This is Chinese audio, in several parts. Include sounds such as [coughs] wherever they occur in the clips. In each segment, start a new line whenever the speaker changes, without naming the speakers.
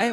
哎，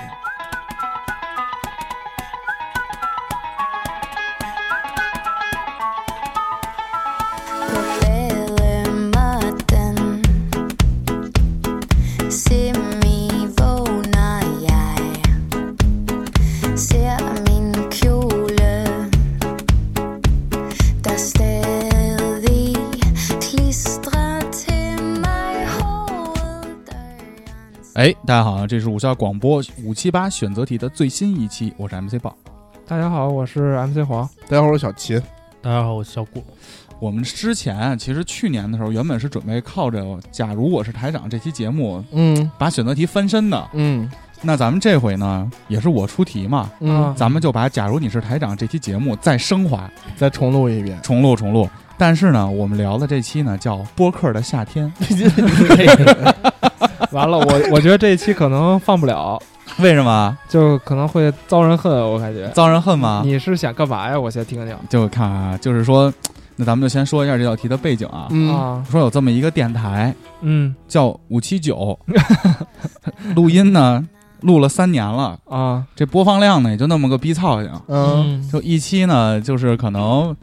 有。
Copele maten Simi vånar jag Ser min kjole Där stadig klistrar till mig håret där han
哎，大家好，这是五七八广播五七八选择题的最新一期，我是 MC 豹。
大家好，我是 MC 黄。
大家好，我是小秦。
大家好，我是小顾。
我们之前啊其实去年的时候，原本是准备靠着《假如我是台长》这期节目
嗯
把选择题翻身的。
嗯
那咱们这回呢，也是我出题嘛，
啊
嗯，
咱们就把《假如你是台长》这期节目再升华，。
再重录一遍
重录重录。但是呢，我们聊的这期呢叫《播客的夏天》， [laughs]
完了，我 [laughs] 我觉得这一期可能放不了，
为什么啊
就可能会遭人恨，我感觉。
遭人恨吗？
你是想干嘛呀？我先听听。
就看啊，就是说，那咱们就先说一下这道题的背景啊。
嗯，
啊，
说有这么一个电台
嗯
叫五七九， [laughs] 录音呢录了三年了，
啊，
这播放量呢也就那么个逼操性。
嗯，
就一期呢，就是可能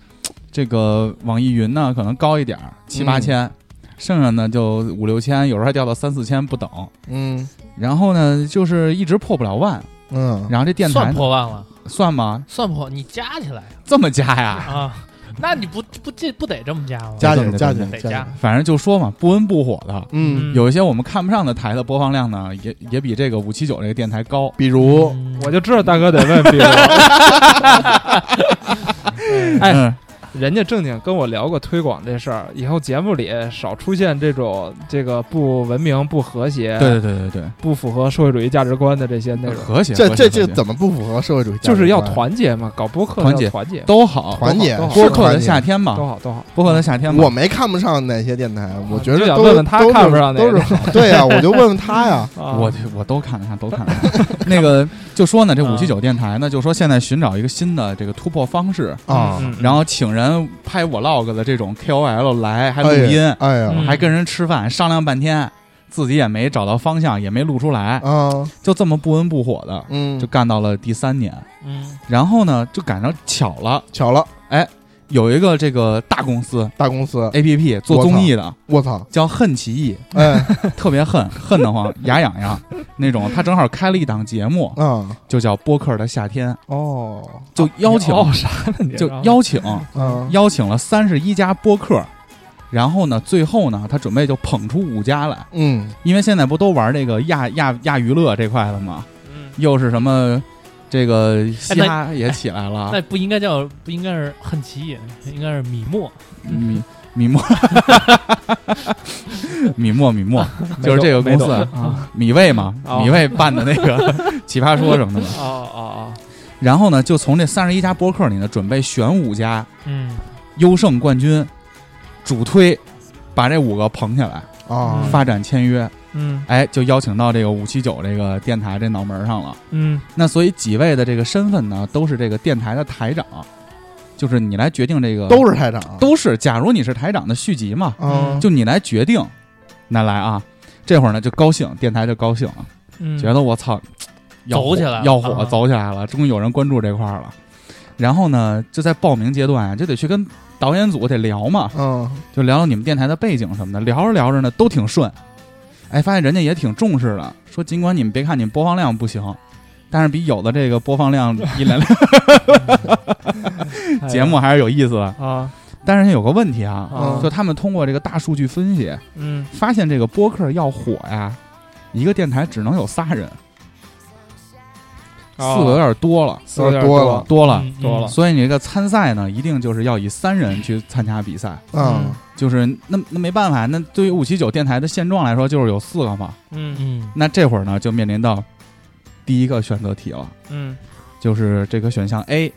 这个网易云呢可能高一点儿，七八
嗯
千，剩下呢就五六千，有时候还掉到三四千不等。
嗯
然后呢，就是一直破不了万。
嗯，
然后这电台
算
呢
破万了，
算吗？
算破，你加起来
这么加呀？
啊？那你不不这不得这么加吗？
加起
对
来，
对
加起
对
来，
对
加起来。
反正就说嘛，不温不火的。
嗯，
有一些我们看不上的台的播放量呢，也也比这个五七九这个电台高。
比如，
嗯
我就知道大哥得问比
[laughs]
我。哎，
嗯，
人家正经跟我聊过推广这事儿，以后节目里少出现这种这个不文明、不和谐、
对对对对
不符合社会主义价值观的这些内
对，
容，
和谐。
这
和谐
这
和谐
这怎么不符合社会主义价值
就
观？
是要团结嘛，搞播客
团结
要团结，
都好。
团结
都好，
播
是
客
团
的
结
夏。天
都
嘛，
好都好。
播客的夏天嘛。
我没看不上哪些电台，我觉
你就
得
想
都
问问他
都是
看不上哪
都是
个
好对呀，我就问问他
[laughs]
呀。
啊
我我都看了看，都看
[laughs]
了看。那个就说呢，这
嗯
五七九电台呢，就说现在寻找一个新的这个突破方式，
啊，
嗯
然后请人拍 vlog 的这种 KOL 来，还录
哎呀
音，
哎呀，
嗯
还跟人吃饭，商量半天，自己也没找到方向，也没录出来，
啊，
就这么不温不火的，
嗯，
嗯就干到了第三年。
嗯，
然后呢，就赶上巧了，
巧了，
有一个这个大公司
大公司，
APP 做综艺的，
我操，
叫恨其艺，
哎，
特别恨，恨得慌，牙痒痒那种。他正好开了一档节目，
啊，
就叫《播客的夏天》，
哦，
就邀请
哦啥呢你？
就邀请
嗯，
邀请了三十一家播客，然后呢，最后呢，他准备就捧出五家来，
嗯，
因为现在不都玩这个亚亚亚娱乐这块了吗？又是什么这个嘻哈也起来
啊
了，
那不应该叫不应该是恨其也，应该是米沫。
嗯
米米墨， [laughs] 米墨米墨，就是这个公司
没懂
[laughs]
啊。
米未嘛，
哦
米未办的那
[laughs]
个奇葩说什么的嘛。
哦哦
然后呢，就从这三十一家播客里呢，准备选五家
嗯，
优胜冠军，主推，把这五个捧起来，
啊，
发展签约。
嗯
哎，就邀请到这个五七九这个电台这脑门上了。
嗯
那所以几位的这个身份呢，都是这个电台的台长，就是你来决定这个，
都是台长，
嗯都嗯是。假如你是台长的续集嘛，
啊，
就你来决定。那来啊，这会儿呢就高兴，电台就高兴了，
嗯
觉得我操，要火
走起来了
要火，
啊
走起来了，终于有人关注这块儿了。然后呢，就在报名阶段啊，就得去跟导演组得聊嘛，
嗯，
就聊聊你们电台的背景什么的。聊着聊着呢，都挺顺，哎，发现人家也挺重视的，说尽管你们别看你们播放量不行，但是比有的这个播放量一
[laughs]
两
哎呀
节目还是有意思的。
啊
但是有个问题
嗯
啊，
啊
就他们通过这个大数据分析，
嗯
发现这个播客要火呀，一个电台只能有仨人，
哦
四个有点多了，
四个有点
多
多
了
多了。
嗯
多了
所以你这个参赛呢，一定就是要以三人去参加比赛，
嗯，
就是那那没办法，那对于五七九电台的现状来说，就是有四个嘛，
嗯
嗯
那这会儿呢，就面临到第一个选择题了，
嗯
就是这个选项 A，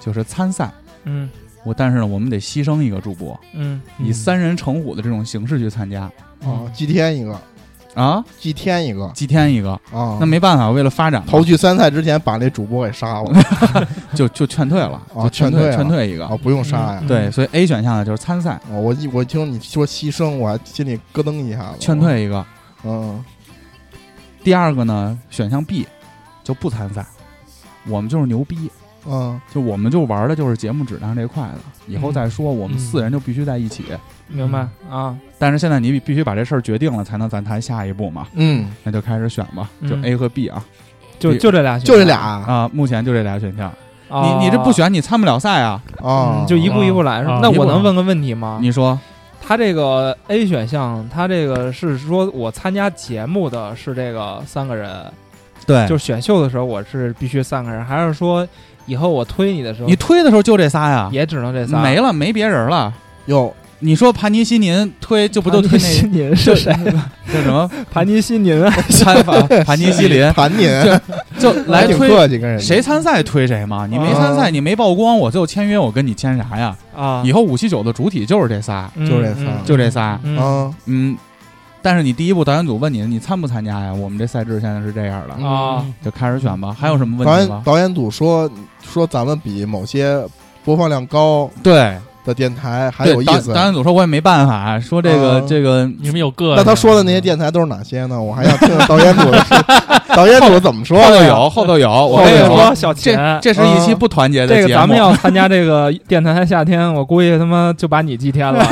就是参赛。
嗯
我但是呢，我们得牺牲一个主播，
嗯
以三人成虎的这种形式去参加。
啊，祭天一个，
啊，
祭天一个
几天一个，
啊。
那没办法，为了发展嘛，
头聚参赛之前把那主播给杀了
就就劝退了，
哦
就劝退
劝退了
劝退一个
啊，。不用杀呀
嗯。
对，所以 A 选项呢就是参赛，
啊我一我一听你说牺牲，我还心里咯噔一下子。
劝，退一个。
嗯，
第二个呢，选项 B 就不参赛，我们就是牛逼，
嗯，
就我们就玩的就是节目质量这块的，以后再说，
嗯
我们四人就必须在一起。
明白
嗯
啊？
但是现在你必须把这事儿决定了，才能咱谈下一步嘛。
嗯，
那就开始选吧，就
嗯
A 和 B 啊、
就
你
就这俩选项，
就这俩啊
啊，目前就这俩选项。
啊。
你你这不选，你参不了赛啊？
啊
嗯，就一步一步来是吧？
啊
那
一步
我
来
能问个问题吗？
你说
他这个 A 选项，他这个是说我参加节目的是这个三个人，
哎对
就是选秀的时候我是必须三个人，还是说以后我推你的时候
你推的时候就这仨呀，
也只能这仨？
没了，没别人了。
哟，
你说盘尼西林推就不就
盘
推
尼
那
西林
[laughs]
是谁？
叫什么
盘尼西林啊，
潘
[laughs]
法盘尼西林，
盘您
[laughs] 就来
挺
推
客气跟人家
谁参赛推谁嘛。你没参赛，
啊
你没曝光，我最后签约，我跟你签啥呀？
啊
以后五七九的主体就是这仨，
就这仨
就这仨。
嗯嗯
啊
嗯，但是你第一步导演组问你，你参不参加呀？我们这赛制现在是这样的，
嗯
啊，
就开始选吧。还有什么嗯
导
问题
演
吗？
导演组说说咱们比某些播放量高
对，
的电台还
对
有意
导
思
导。演组说我也没办法，说这个
啊
这个
你们有个
那他说的那
嗯
些电台都是哪些呢？我还想听听导演
[laughs]
组的是导演组怎么说
后头
的呀。
有后头有，我
我
跟
跟你
你说
说，，小秦。
这这是一期不团结的节目。
这个咱们要参加这个 [laughs] 电台夏天，我估计他妈就把你祭天 [laughs] 了。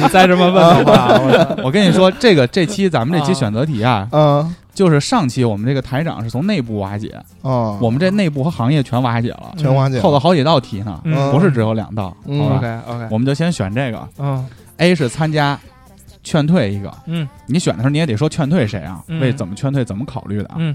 你再这么问的话，我操
我跟你说，这个这期咱们这期选择题啊，
嗯
就是上期我们这个台长是从内部瓦解，
啊，
我们这内部和行业全瓦解了，
全瓦解
后头好几道题呢，
嗯
不是只有两道，
嗯
好吧
OK OK，
我们就先选这个
嗯
A 是参加劝退一个，
嗯
你选的时候你也得说劝退谁啊，
嗯
为怎么劝退怎么考虑的啊。
嗯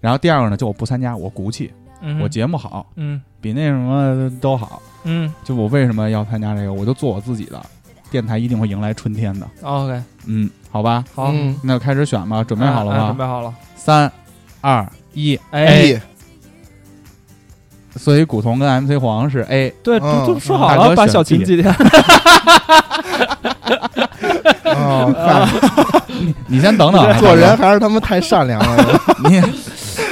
然后第二个呢，就我不参加，我骨气，
嗯，
我节目好，
嗯
比那什么都好，
嗯
就我为什么要参加这个，我就做我自己的，电台一定会迎来春天的。
OK，
嗯，好吧，
好，
嗯
那就开始选吧，准备好了
哎哎准
吗？
备好了。
三、二、一，
哎，
B
所以古潼跟 MC 黄是 A，
对，
嗯
都都说
嗯
好
大哥
了，把
选
小秦
B
祭天。
啊，看
[laughs] 你先等等啊，
做
大
人
哥，
还是他妈太善良了，
你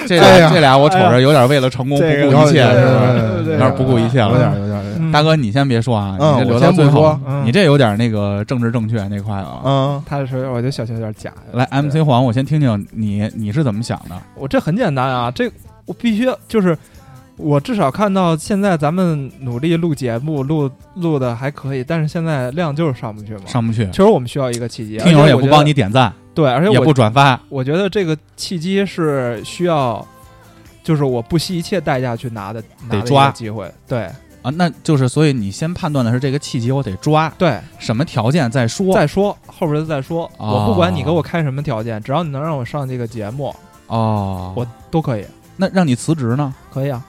这俩
哎呀
这俩我瞅着有点为了成功不
这
顾一切，
这个
是不是？
对对对嗯
有点不顾一切
有点
了。
有点有
[laughs]
点，
大哥，你先别说啊，
嗯
你这留
我
到
先不
最后
说，
嗯
你这有点那个政治正确那块了。
嗯
他的时候，我觉得小秦有点假。
来，MC 黄，我先听听你你是怎么想的？
我这很简单啊，这我必须就是，我至少看到现在咱们努力录节目，录录的还可以，但是现在量就是上不去嘛。
上不去，
确实我们需要一个契机，
听友
而且
也
我
不
觉
帮
得
你点赞，
对，而且
也
我
不转发，
我觉得这个契机是需要，就是我不惜一切代价去拿的，拿的一个
抓
机会，对
啊，那就是，所以你先判断的是这个契机，我得抓
对，
什么条件再说。
再说后边儿再说，
哦
我不管你给我开什么条件，只要你能让我上这个节目，
哦，
我都可以，
那让你辞职呢？
可以啊，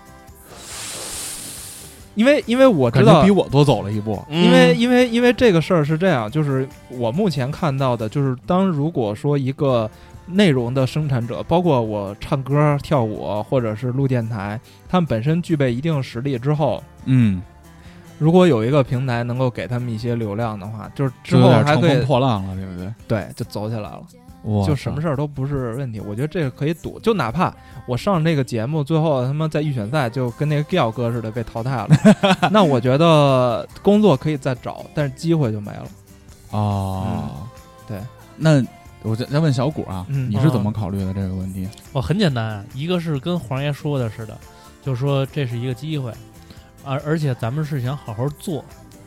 因为因为我
我
知道
比。我嗯多走了一步。
嗯
因为因为因为这个事儿是这样，就是我目前看到的，就是当如果说一个内容的生产者，包括我唱歌、跳舞或者是录电台，他们本身具备一定实力之后，
嗯，
如果有一个平台能够给他们一些流量的话，就是之
就有
后
点
还
乘
可
风
以
破浪了，对不对？
对就走起来了，
哇，
就什么
事？
事儿都不是问题。我觉得这个可以赌，就哪怕我上这个节目，最后他妈在预选赛就跟那个 Giao 哥似的被淘汰
[laughs]
了，那我觉得工作可以再找，但是机会就
[laughs]
没了。
哦，
对。
那我再再问小谷啊，
嗯
你是怎么考虑的这个问题？
我很简单啊，一个是跟黄爷说的似的，就是说这是一个机会，而而且咱们是想好好做，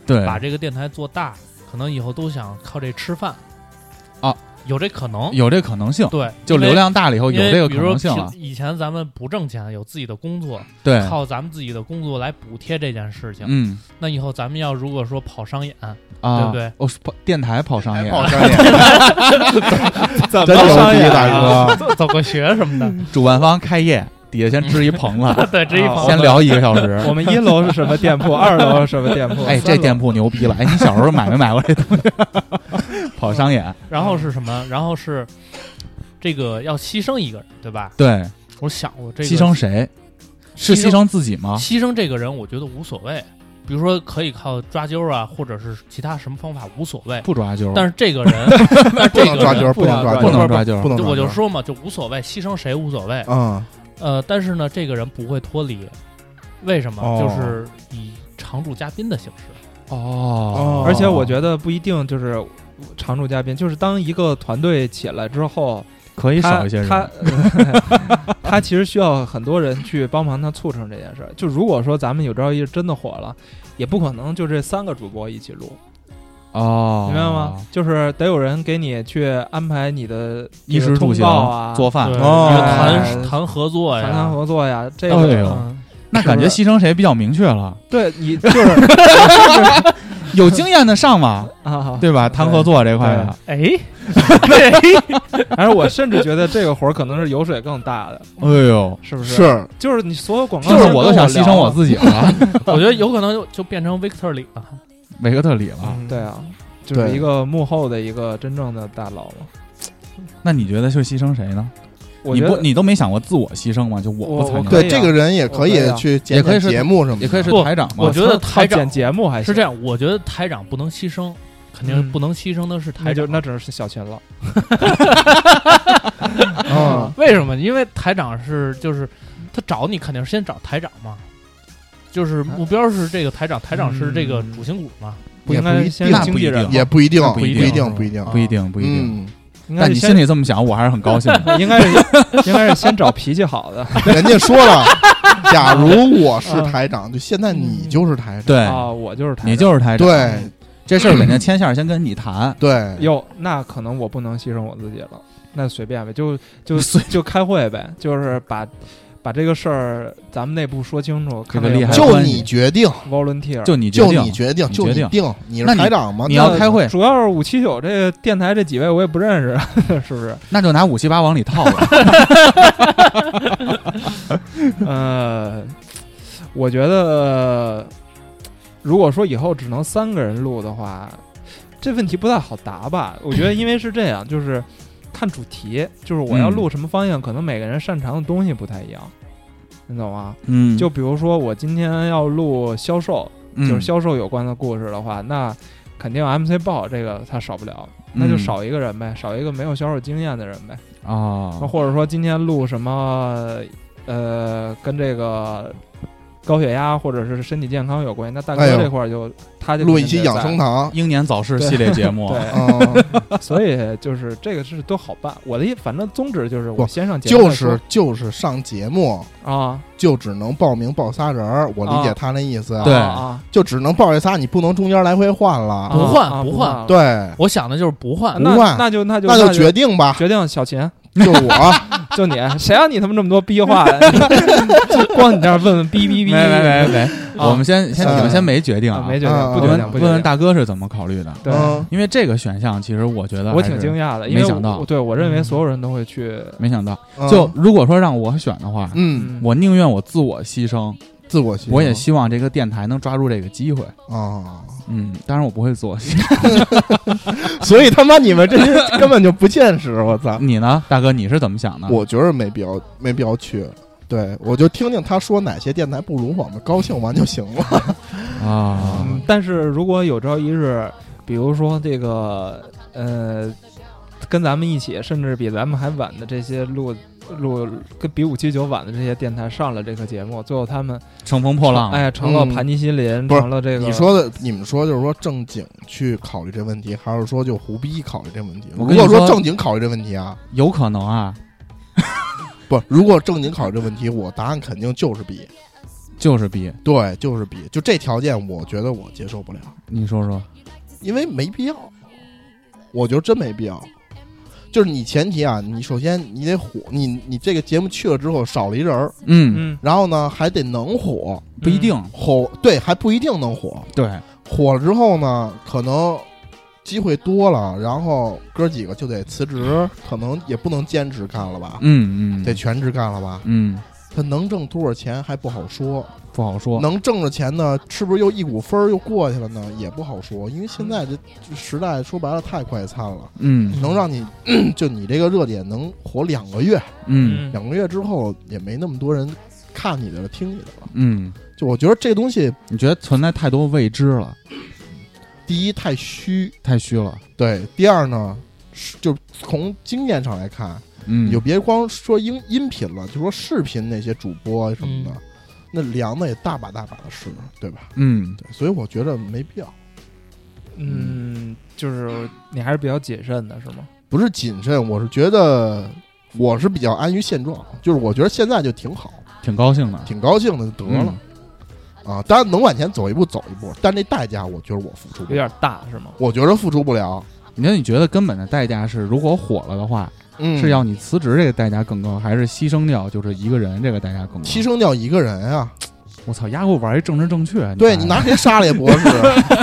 对
把这个电台做大，可能以后都想靠这吃饭
啊，
有这可能，
有这可能性，
对，
就
因为
流。量大了以后
因
有
为
这个
比
可
如说
能性了
平。以前咱们不挣钱，有自己的工作，
对，
靠咱们自己的工作来补贴这件事情。
嗯
那以后咱们要如果说跑商演，
啊，
对不对？
我是跑电台跑商业，
跑商 [laughs] 业，
怎
真
么
牛
商
逼，
演
哎大
啊
哥，
走走个学什么的，
啊主办方开业，底下先支一棚子，
对，这一
啊
跑
先聊一个小时。
[laughs]
我们一楼是什么店铺，二楼是什么店铺？
哎，
三
这
楼
店铺牛逼了！哎，你小时候买没买过这东西？ [laughs] 跑商演，
然后是什么？然后是这个要牺牲一个人，对吧？
对，
我想过这个
牺牲谁？是
牺
牺
牲
牲自己吗？
牺牲这个人，我觉得无所谓。比如说可以靠抓阄啊，或者是其他什么方法无所谓。
不抓阄，
但
是
是这个人，但是
不
这
能
个
抓
人
阄，
不能
能抓
抓
阄，
哦不能抓
不
阄，
能
就
抓
我就
阄。
说嘛，就无所谓，牺牲谁无所谓。
啊，
呃，但是呢，这个人不会脱离，为什么？
哦
就是以常驻嘉宾的形式。
哦
而且我觉得不一定就是常驻嘉宾，就是当一个团队起来之后，
可以
他
少一些人，
他 [laughs] 他其实需要很多人去帮忙他促成这件事儿。就如果说咱们有朝一日真的火了，也不可能就这三个主播一起录，
哦，
明白吗？？就是得有人给你去安排你的
衣食住
通
行
告啊，
做饭
对，
哦
要
哎
谈谈合作呀，
谈谈合作呀，这
哎
个
呦
嗯
那感觉
是
牺牲谁比较明确
[laughs]
了，
对你
[laughs]
就是
有经验的上
[laughs]
嘛，
啊，
对吧？谈合作这块的，
哎，
[laughs] 反正我甚至觉得这个活儿可能是油水更大的，
哎呦，
是不是？
是
就是你所有广告，
就是我都想牺牲我自己
啊
了， [laughs]
[laughs]
我觉得有可能就就变成 Victor 里了。
维克特里了。
对啊，就是
对
一个幕后的一个真正的大佬嘛。
那你觉得就牺牲谁呢？
我
你
觉
不，
得
你都没想过自我牺牲吗？就我
我
不参
我
加
可以，
对这个人也可以去
也
剪
啊可以
剪
是
节目什么的，
也可以是
不
台长
我
嘛
觉。得
操靠
台长
[laughs]
剪节目还
是
行
这样，我觉得台长不能牺牲，肯定
嗯
不能牺牲的是台
那
长
就。那只能是小群
[laughs]
了。
哦
啊，
嗯
为什么？因为台长是就是他找你肯定是先找台长嘛，就是目标是这个台长，台长是这个主心骨嘛。
也
应
不
该
一
先
定
是经纪人吗，
也不一定，
那
不
不
一
一
定，
定
不一定，
不一定，不一定。
嗯，
应该
但
是
你
先
心里这么想，我还是很高兴
[laughs]
的。
应该是
[laughs]
应该是先找脾气好的
人家说了，假如我是台长，就现在你就是台长，
嗯对，
啊，我就是台长
哎你就是台长。
对
这事儿肯定牵线儿先跟你谈。
对，
哟，那可能我不能牺牲我自己了，那随便呗，就就
随
就开会呗，就是把把这个事儿咱们内部说清楚，看
个
看有
厉
没
害
有
就你决定，
volunteer。
就你决
就
定，
你决定，
你
就
决
你
定
定，你
那
是
你
台长
啊
吗？
你要
那
开会，
主要是五七九这个电台这几位我也不认识， [laughs] 是不
[laughs]
是？
那就拿五七八往里套了。
[laughs] 呃，我觉得如果说以后只能三个人录的话，这问题不太好答吧？我觉得因为是这样，就是看主题，就是我要
嗯
录什么方向，可能每个人擅长的东西不太一样，你懂吗？
嗯，
就比如说我今天要录销售，
嗯
就是销售有关的故事的话，那肯定 MC 报这个他少不了，那就
嗯
少一个人呗，少一个没有销售经验的人呗。
啊
那，或者说今天录什么，呃，跟这个高血压或者是身体健康有关系，那大哥
哎呦
这块儿就、他就
录
肯
一
定
期
得
养
在
生。堂，
英年早逝系列节目，啊
对，
嗯，
[laughs] 所以就是这个是都好办。我的一反正宗旨就是我
不
先上节目
就
再说
是就是上节目。
啊，
就只能报名报仨人儿，我理解
啊
他那意思，
对
啊啊，
就只能报这仨，你不能中间来回换
啊
了，
不换
啊
不
不
换
了
对，
我想的就是不换，
那
不换
那就那就
那
就
就决定
[laughs]
吧，
决定小秦，
就我，
就你，谁让你他妈这么多逼话呀？ [laughs] 就光你这儿问问逼
没
逼逼，
没没没，
啊
我们先先
嗯
你们先没决定
啊
啊，
没决
啊
定，不
我
决
们
定，不
问
决
问
定。
大哥是怎么考虑的？
对，
嗯，
因为这个选项，其实我觉得
我
还
挺
是
惊讶的，因
嗯
为
没想到嗯
我对我认为所有人都会去，
没想到。
嗯
就如果说让我选的话，
嗯，
我宁愿我自我牺牲，
自我牺牲
我也希望这个电台能抓住这个机会。
啊，
嗯，当然我不会自我
[laughs]
牺牲。
所以他妈你们这些根本就不现实，我操！
嗯
你呢，大哥，你是怎么想的？
我觉得没必要，没必要去。对，我就听听他说哪些电台不如我们，高兴完就行了。
啊，
嗯，但是如果有朝一日，比如说这个呃，跟咱们一起，甚至比咱们还晚的这些录录跟比五七九晚的这些电台上了这个节目，最后他们
乘风破浪，
哎，成了
嗯
盘尼西林，
不是
成了这个
你说的，你们说就是说正经去考虑这问题，还是说就胡逼考虑这问题？
我
如
跟你
果说
说
正经考虑这问题啊，
有可能啊，
不，如果正经考虑这问题，我答案肯定就是 B，
就是比
对，就是 B。就这条件，我觉得我接受不了，
你说说，
因为没必要，我觉得真没必要。就是你前提啊，你首先你得火，你你这个节目去了之后少了一人儿，
嗯，
嗯，
然后呢还得能火，
不一定，
火对还不一定能火，
对，
火了之后呢，可能机会多了，然后哥几个就得辞职，可能也不能兼职干了吧，
嗯嗯，
得全职干了吧。
嗯，
他能挣多少钱还不好说，
不好说，
能挣着钱呢，是不是又一股分儿又过去了呢？也不好说，因为现在这这时代说白了太快餐了，
嗯
能让你 [clears throat] 就你这个热点能火两个月，
嗯
两个月之后也没那么多人。看你的了，听你的了。
嗯，
就我觉得这东西，
你觉得存在太多未知了，
第一太虚，
太虚了。
对；第二呢，是就是从经验上来看，
嗯，
你就别光说音音频了，就说视频那些主播什么的，那凉的也大把大把的是，对吧？
嗯，
对，所以我觉得没必要，
嗯，就是你还是比较谨慎的，是吗？
不是谨慎，我是觉得我是比较安于现状，就是我觉得现在就挺好，
挺高兴的。
挺高兴的就得了、
嗯
啊。当然能往前走一步走一步，但这代价我觉得我付出不
有
了，
点大，是吗？
我觉得付出不了。
你看，你觉得根本的代价是，如果火了的话，
嗯，
是要你辞职这个代价更高，还是牺牲掉就是一个人这个代价更高？
牺牲掉一个人啊！
我操，丫给我玩一政治正确，
对
看
你拿谁杀了也博士？
[laughs]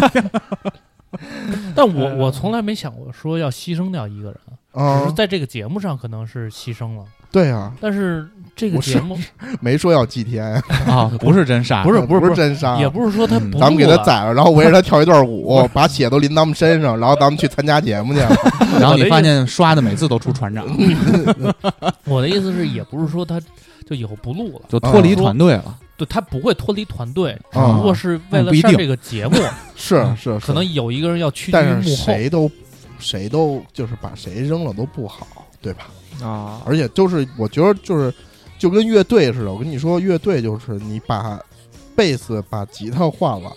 但
嗯
我我从来没想过说要牺牲掉一个人，只
啊
是，在这个节目上可能是牺牲了，
对啊，
但是这个
我是
节目
没说要祭天，
啊，不是真杀，
[laughs] 不是不是
不
不
是
是
真杀，
也不是说他不
啊嗯咱们给他
录了
宰了，然后围着他跳一段舞，把血都淋咱们身上，然后咱们去参加节
[laughs]
目去。
啊
然后你发现刷的每次都出船长，
嗯
我的意思是，也不是说他就以后不录了，
就脱
嗯
离团队了。
对他不会脱离团队，只
啊
不过是为
那
了
不一
上
定
这个节
[laughs]
目，
是是，是
可能有一个人要屈居
但是
幕后。
谁都谁都就是把谁扔了都不好，对吧？
啊，
而且就是我觉得就是就跟乐队似的，我跟你说，乐队就是你把贝斯把吉他换了，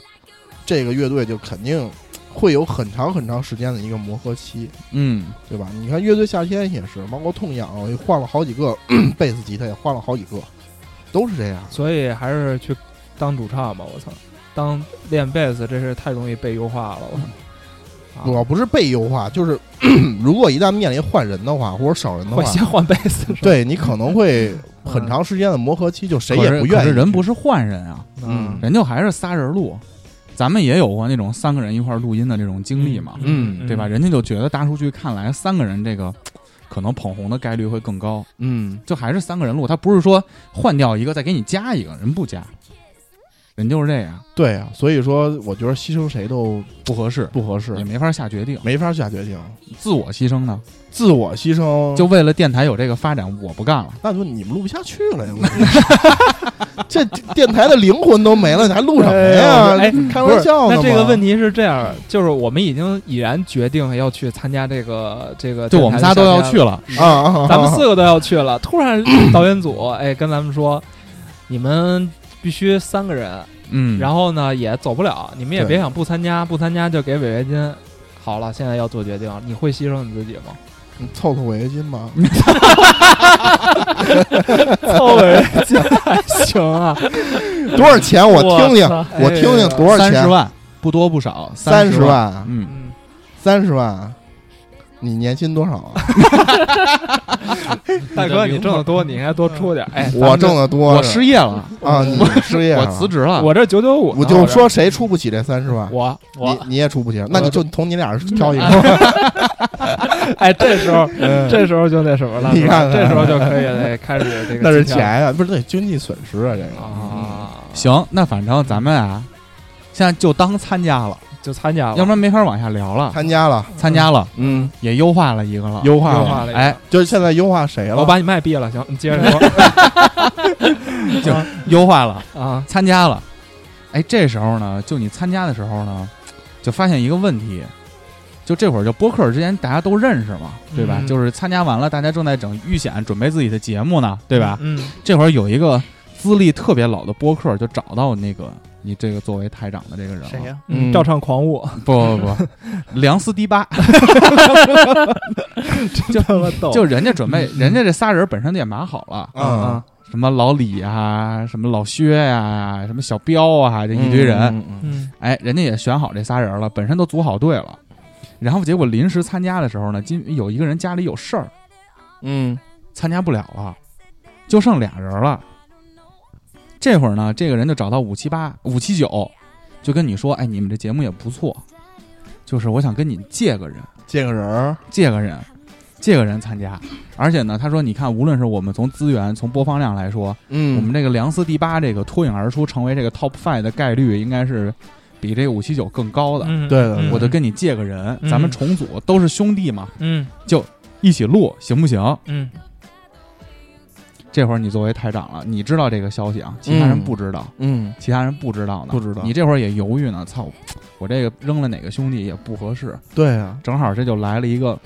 这个乐队就肯定会有很长很长时间的一个磨合期，
嗯，
对吧？你看乐队夏天也是，芒果痛痒我也换了好几个 [clears throat] 贝斯吉他，也换了好几个，都是这样。
所以还是去当主唱吧。我操，当练贝斯这是太容易被优化了。我 [laughs] 操，
我
啊
不是被优化，就是 [clears throat] 如果一旦面临换人的话，或者少人的话
换，先换贝斯，是吧，
对你可能会很长时间的磨合期，就谁也
可是
不愿
可
意。
是人不是换人啊，
嗯
人就还是仨人录。咱们也有过那种三个人一块儿录音的这种经历嘛，
嗯
对吧？人家就觉得大数据看来三个人这个可能捧红的概率会更高，
嗯，
就还是三个人录。他不是说换掉一个再给你加一个人不加，人就是这样
对啊，所以说我觉得牺牲谁都
不合适，
不合适
也，没法下决定。
没法下决定，
自我牺牲呢，
自我牺牲
就为了电台有这个发展，我不干了。
那就你们录 [laughs] 不下去了呀。我觉得这电台的灵魂都没了，你还录什么呀？
哎
开玩笑呢
那
吗？
这个问题是这样，就是我们已经已然决定要去参加这个这个，
就我们仨都要去
了，
了，
啊啊，啊 [laughs]
咱们四个都要去了。突然导演组哎跟咱们说，你们必须三个人，
嗯，
然后呢也走不了，你们也
对
别想不参加，不参加就给违约金。好了，现在要做决定，你会牺牲你自己吗？
你凑凑违约金吧。
凑违约金 [laughs] 还行啊，
[laughs] 多少钱？我听听，
操
我听听多少钱？
三十万，不多不少，
三
哎十
十，万，
嗯，
嗯，
三十万，你年薪多少啊？
大哥你挣得多，你应该多出点。哎，
我
咱
挣
们
得多着，
我失业了，
啊，你失业
我
了
辞，职了，
我这九九五，
我就说谁出不起这三十万，
我
你
我
你也出不起，那你就从你俩挑一个。
哎，这时候
[laughs]
嗯
这时候就那什么了，
你看看
这时候就可以得开始这个
[laughs] 那是
心跳
钱啊，不是那经济损失啊，这个。
啊，
行，那反正咱们啊，现在就当参加了，
就参加了，
要不然没法往下聊了。
参加了，
参加了，
嗯，
也优化了一个了。
优化
优
了，
化了一个，
哎，
就是现在优化谁了？
我把你麦闭了，行，你接着
[laughs]
说
优化了，
啊，
参加了。哎，这时候呢，就你参加的时候呢，就发现一个问题，就这会儿就播客之间大家都认识嘛，对吧？
嗯
就是参加完了，大家正在整预选，准备自己的节目呢，对吧？
嗯，
这会儿有一个资历特别老的播客，就找到那个你这个作为台长的这个人了。
谁呀？
嗯
照唱狂舞，
不不不，梁斯迪巴，
就他妈
哦
逗，
就人家准备，人家这仨人本身就也码好了，
嗯啊，
啊，
什么老李啊，什么老薛呀、什么小彪啊，这一堆人，
嗯，嗯嗯
嗯
哎，人家也选好这仨人了，本身都组好队了。然后结果临时参加的时候呢，今有一个人家里有事儿，
嗯，
参加不了了，就剩俩人了。这会儿呢，这个人就找到五七八、五七九，就跟你说：“哎，你们这节目也不错，就是我想跟你借个人，
借个人儿，
借个人，借个人参加。而且呢，他说，你看，无论是我们从资源、从播放量来说，
嗯
我们这个梁思第八这个脱颖而出成为这个 top five 的概率，应该是比这五七九更高的。
嗯，
对的
嗯
我就跟你借个人，
嗯
咱们重组都是兄弟嘛，
嗯
嗯
一起录行不行？
嗯
这会儿你作为台长了，你知道这个消息啊，其他人不知道，
嗯，
其他人不知道呢，
不知道
你这会儿也犹豫呢，操，我这个扔了哪个兄弟也不合适，
对啊，
正好这就来了一个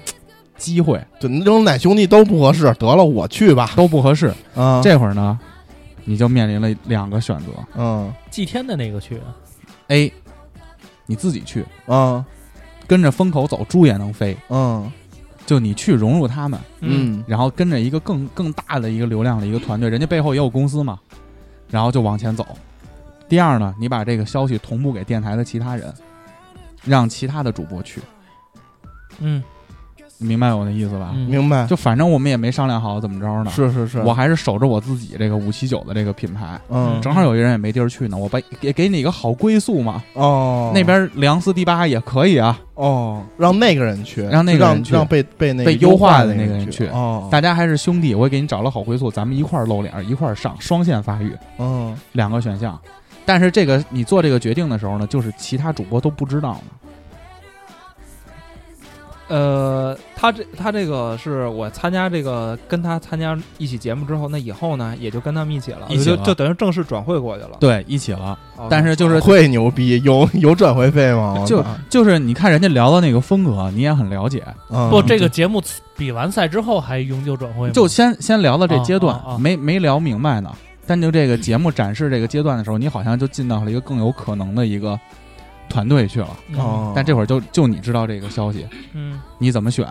机会，
对，扔哪兄弟都不合适，得了，我去吧。
都不合适。
啊，
这会儿呢，你就面临了两个选择
嗯
祭天的那个去，啊
：A，你自己去，
嗯
跟着风口走，猪也能飞，
嗯
就你去融入他们，
嗯
然后跟着一个更更大的一个流量的一个团队，人家背后也有公司嘛，然后就往前走。第二呢，你把这个消息同步给电台的其他人，让其他的主播去，
嗯，
你明白我的意思吧？
嗯
啊明白，
就反正我们也没商量好怎么着呢，
是是是，
我还是守着我自己这个五七九的这个品牌，
嗯
正好有一人也没地儿去呢，我把给给你一个好归宿嘛，
哦，
那边梁斯第八也可以啊，
哦，让那个人去，
让那个人
让
去
让被被那个
被
优
优化
的
的那个
个
人
去，
去
哦，
大家还是兄弟，我也给你找了好归宿，咱们一块儿露脸，一块儿上，双线发育，
嗯
两个选项。但是这个你做这个决定的时候呢，就是其他主播都不知道呢。
呃，他这他这个是我参加这个跟他参加一起节目之后，那以后呢也就跟他们一起了，
一起了
就就等于正式转会过去了。
对，一起了。
哦，
但是就是
会牛逼，有有转会费吗？我
就
操
就是你看人家聊的那个风格，你也很了解。
嗯
不，这个节目比完赛之后还永久转会吗？
就先先聊到这阶段，
啊啊啊
没没聊明白呢。但就这个节目展示这个阶段的时候，你好像就进到了一个更有可能的一个团队去了。
嗯
哦，
但这会儿就就你知道这个消息，
嗯，
你怎么选？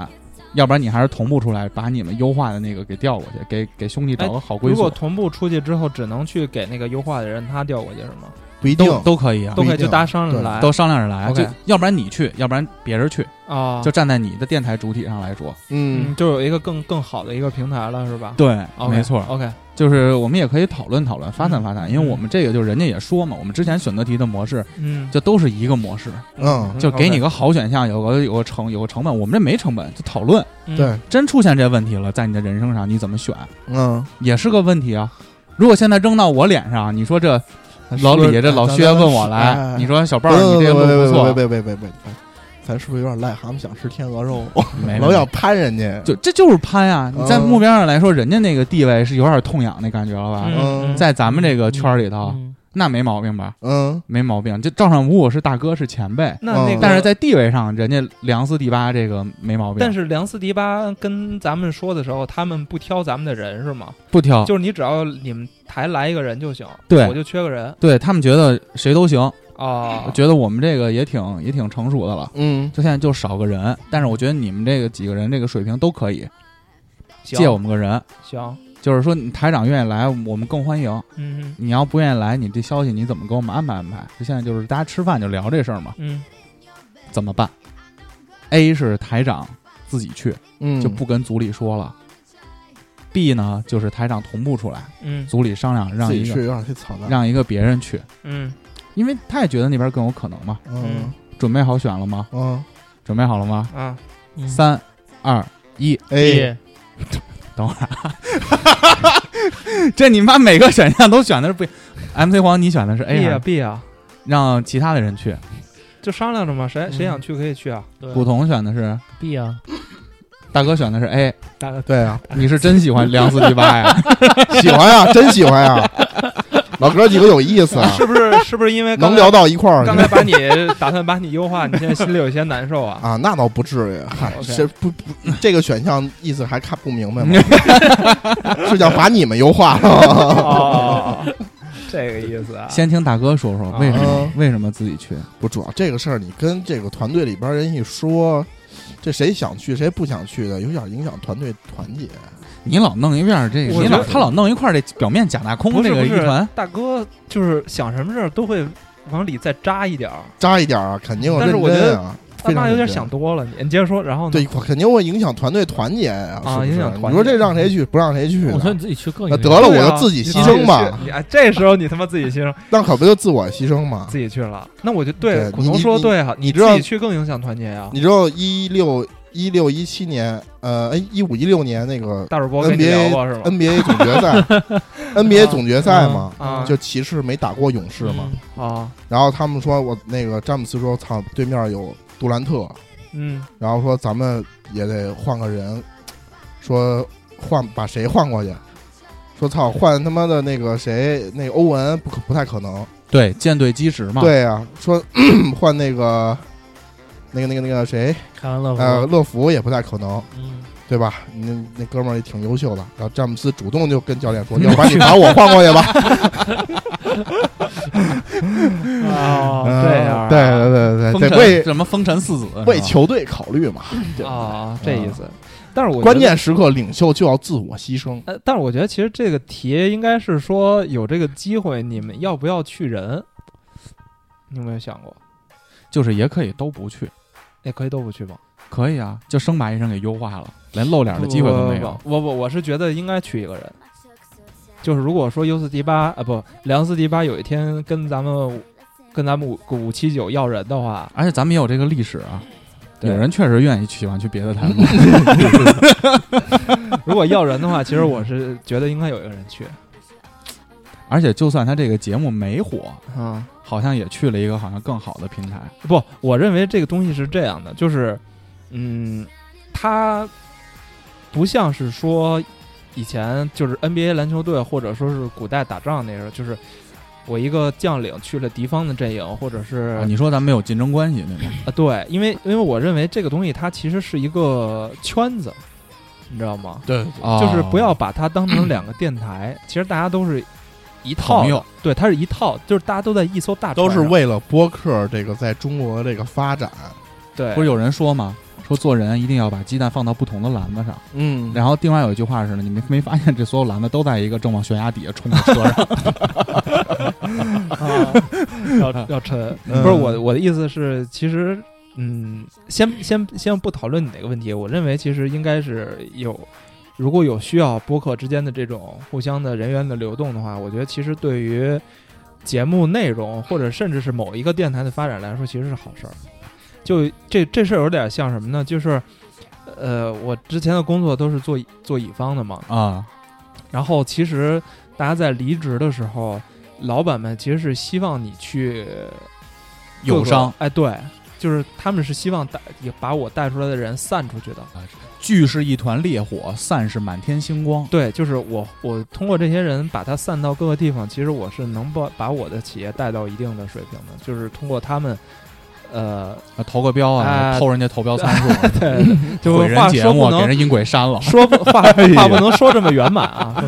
要不然你还是同步出来，把你们优化的那个给调过去，给给兄弟找个好归
哎如
宿
果，同步出去之后，只能去给那个优化的人他调过去是吗？
不一定
都都可以啊
都，可
不一
以
定
就搭商
对
量来
都商量着来。啊
OK
就要不然你去，要不然别人去，
啊，
就站在你的电台主体上来说。
嗯
嗯，就有一个更更好的一个平台了是吧？
对
啊 OK，
没错，
OK，
就是我们也可以讨论讨论，发散
嗯
发散，因为我们这个就人家也说嘛，我们之前选择题的模式
嗯，
就都是一个模式，
嗯，
就给你
OK
个好选项，有个有个成有个成本，我们这没成本，就讨论。
嗯
对，
真出现这问题了，在你的人生上你怎么选
嗯，
也是个问题啊。如果现在扔到我脸上，你说这老
说哎
李这老薛问我来，你说小豹儿你这
别
路不错，
别别别别别，哎咱是不是有点癞蛤蟆想吃天鹅肉？
没
老
有
想，攀人家，
就这就是攀呀！
嗯
你在目标上来说，人家那个地位是有点痛痒那感觉了吧？
嗯
在咱们这个圈儿里头，
嗯
那没毛病吧？
嗯
没毛病。这赵尚武我是大哥，是前辈，
那
嗯
那个
但是在地位上，人家梁思第八这个没毛病，
但是梁斯迪巴跟咱们说的时候，他们不挑咱们的人是吗？
不挑。
就是你只要你们台来一个人就行，
啊对
我就缺个人
对他们觉得谁都行，
啊。
觉得我们这个也挺也挺成熟的了。
嗯，
就现在就少个人，但是我觉得你们这个几个人这个水平都可以，
行
借我们个人，
行，
就是说你台长愿意来，我们更欢迎。
嗯
你要不愿意来，你这消息你怎么给我们安排安排？就现在就是大家吃饭就聊这事儿嘛，
嗯
怎么办？A 是台长自己去，
嗯
就不跟组里说了。B 呢，就是台长同步出来，
嗯
组里商量让
自己
一
去
个
有点太操蛋，
让一个别人去，
嗯
因为他也觉得那边更有可能嘛。
嗯
准备好选了吗？
嗯，
准备好了吗？
嗯啊，
嗯
三二 [laughs] 一，
哎，
等会儿啊，这你妈每个选项都选的是不一 MC 黄，你选的是 A，
B 啊
哎呀，
B 啊，
让其他的人去。
就商量着嘛，谁谁
嗯
想去可以去啊。
古潼选的是，
B 啊，
大哥选的是 A，
大概
对啊，
你是真喜欢梁四第八
[laughs]
呀？
喜欢呀， [laughs] 真喜欢呀，老哥几个有意思啊，
是不是是不是因
[laughs]
为 [laughs] 刚
能
才
聊到一块儿
刚
去
才
[laughs]
把你打算把你优化，你现在心里有些难受啊？
啊，那倒不至于，嗨，
哦 OK
谁不不这个选项意思还看不明
[laughs]
白吗？是想把你们优化了 [laughs] 吗？
哦， [laughs] 这个意思啊。
先听大哥说说
啊
为什么
嗯
为什么自己去？
不，主要这个事儿你跟这个团队里边人一说，这谁想去谁不想去的，有点影响团队团结。
你老弄一遍儿这个，
我
你
觉
老
得
他老弄一块儿这表面假大空
不
这
是不
个
是
一团，
大哥就是想什么事儿都会往里再扎一点儿。
扎一点儿啊，肯定
但是
认
我觉
真
得
啊，
大
非常
妈有点
认真
想多了，你你接着说，然后呢？
对，肯定会影响团队团结呀、
嗯啊
是不是
影响团结嗯
你说这让谁去，不让谁去
我说你
的？
自己去更
那
有
得了，
对
我
啊
就自己牺牲吧，
你啊，这时候你他妈自己牺牲，
那可不就自我牺牲吗？
自己去了。那我就
对
对古
你
潼
你
说
你
对啊，
你知
自
道
己去更影响团结呀。
你知道一六一六一七年，呃，哎一五一六年那个
大主播跟你聊
NBA
过是吗？
NBA 总决赛
[laughs]
，NBA 总决赛嘛，
啊，
就骑士没打过勇士嘛，
嗯
啊，
然后他们说我那个詹姆斯说操对面有杜兰特，
嗯
然后说咱们也得换个人，说换把谁换过去，说操，换他妈的那个谁，那个欧文不可不太可能。
对，舰队基石嘛，，
对呀、说 [clears throat] 换那个那个那个那个谁，
凯文乐福，
呃，乐福也不太可能，
嗯，
对吧？那那哥们儿也挺优秀的。然后詹姆斯主动就跟教练说：“要不然你把我换过去吧。
哦，
嗯
这样啊，
对对对对
封
对，
神
为
什么啊封神
[laughs]
四子是吧
为球队考虑嘛，
啊，这意思。但是我觉得
嗯关键时刻领袖就要自我牺牲。
呃，但是我觉得其实这个题应该是说有这个机会，你们要不要去人？你有没有想过？
就是也可以都不去，
也可以都不去吗？
可以啊，就生把一生给优化了，连露脸的机会都没有。
不。我我我是觉得应该去一个人，就是如果说优斯迪巴啊不梁斯迪巴有一天跟咱们跟咱们五五七九要人的话，
而且咱们也有这个历史啊，
对
有人确实愿意喜欢去别的坛目，
[laughs] 如果要人的话，其实我是觉得应该有一个人
[laughs]
去
而且就算他这个节目没火，
啊。
好像也去了一个好像更好的平台。
不，我认为这个东西是这样的，就是，嗯，它不像是说以前就是 NBA 篮球队或者说是古代打仗那时候，就是我一个将领去了敌方的阵营，或者是
啊你说咱们有竞争关系对吗？
啊，对，因为因为我认为这个东西它其实是一个圈子，你知道吗？
对，
啊
就是不要把它当成两个电台，其实大家都是一套
朋
的，
友，
对，它是一套，就是大家都在一艘大船
都是
上
为了播客这个在中国的这个发展。
对，
不是有人说吗？说做人一定要把鸡蛋放到不同的篮子上。
嗯，
然后另外有一句话是呢，你们没发现这所有篮子都在一个正往悬崖底下冲的车 [laughs] 上？
啊， [laughs] 要要沉，
嗯
不是我我的意思是，其实嗯，先先先不讨论你那个问题，我认为其实应该是有，如果有需要播客之间的这种互相的人员的流动的话，我觉得其实对于节目内容或者甚至是某一个电台的发展来说，其实是好事儿。就这这事儿有点像什么呢？就是呃，我之前的工作都是做做乙方的嘛，
啊，
然后其实大家在离职的时候，老板们其实是希望你去各个
友商，
哎，对，就是他们是希望带也把我带出来的人散出去的。
聚是一团烈火，散是满天星光。
对，就是我我通过这些人把他散到各个地方，其实我是能把把我的企业带到一定的水平的，就是通过他们。呃，
[laughs] 啊投个标啊，
哎
偷人家投标参数，
对，就
毁
话
人节
说
目啊
不，
给
能
人音哎轨删了。
[laughs] 说不
[laughs]
话话不能说这么圆满啊，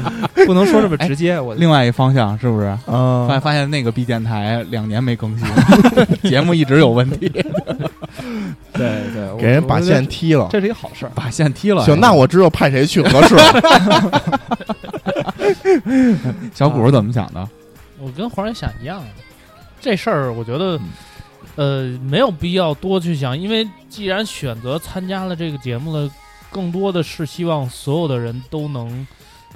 不能说这么直接。我
另外啊一方向是不是？发
嗯，
发现那个 B 电台两年没更新， [laughs] 节目一直有问题，
对对，我
给人把
我觉得
线踢了。
这是一个好事儿。
把线踢了。
行，那我知道派谁去合适了。
[laughs] 小谷是怎么想的？
我跟黄人想一样，啊这事儿我觉得，呃，没有必要多去想，因为既然选择参加了这个节目了，更多的是希望所有的人都能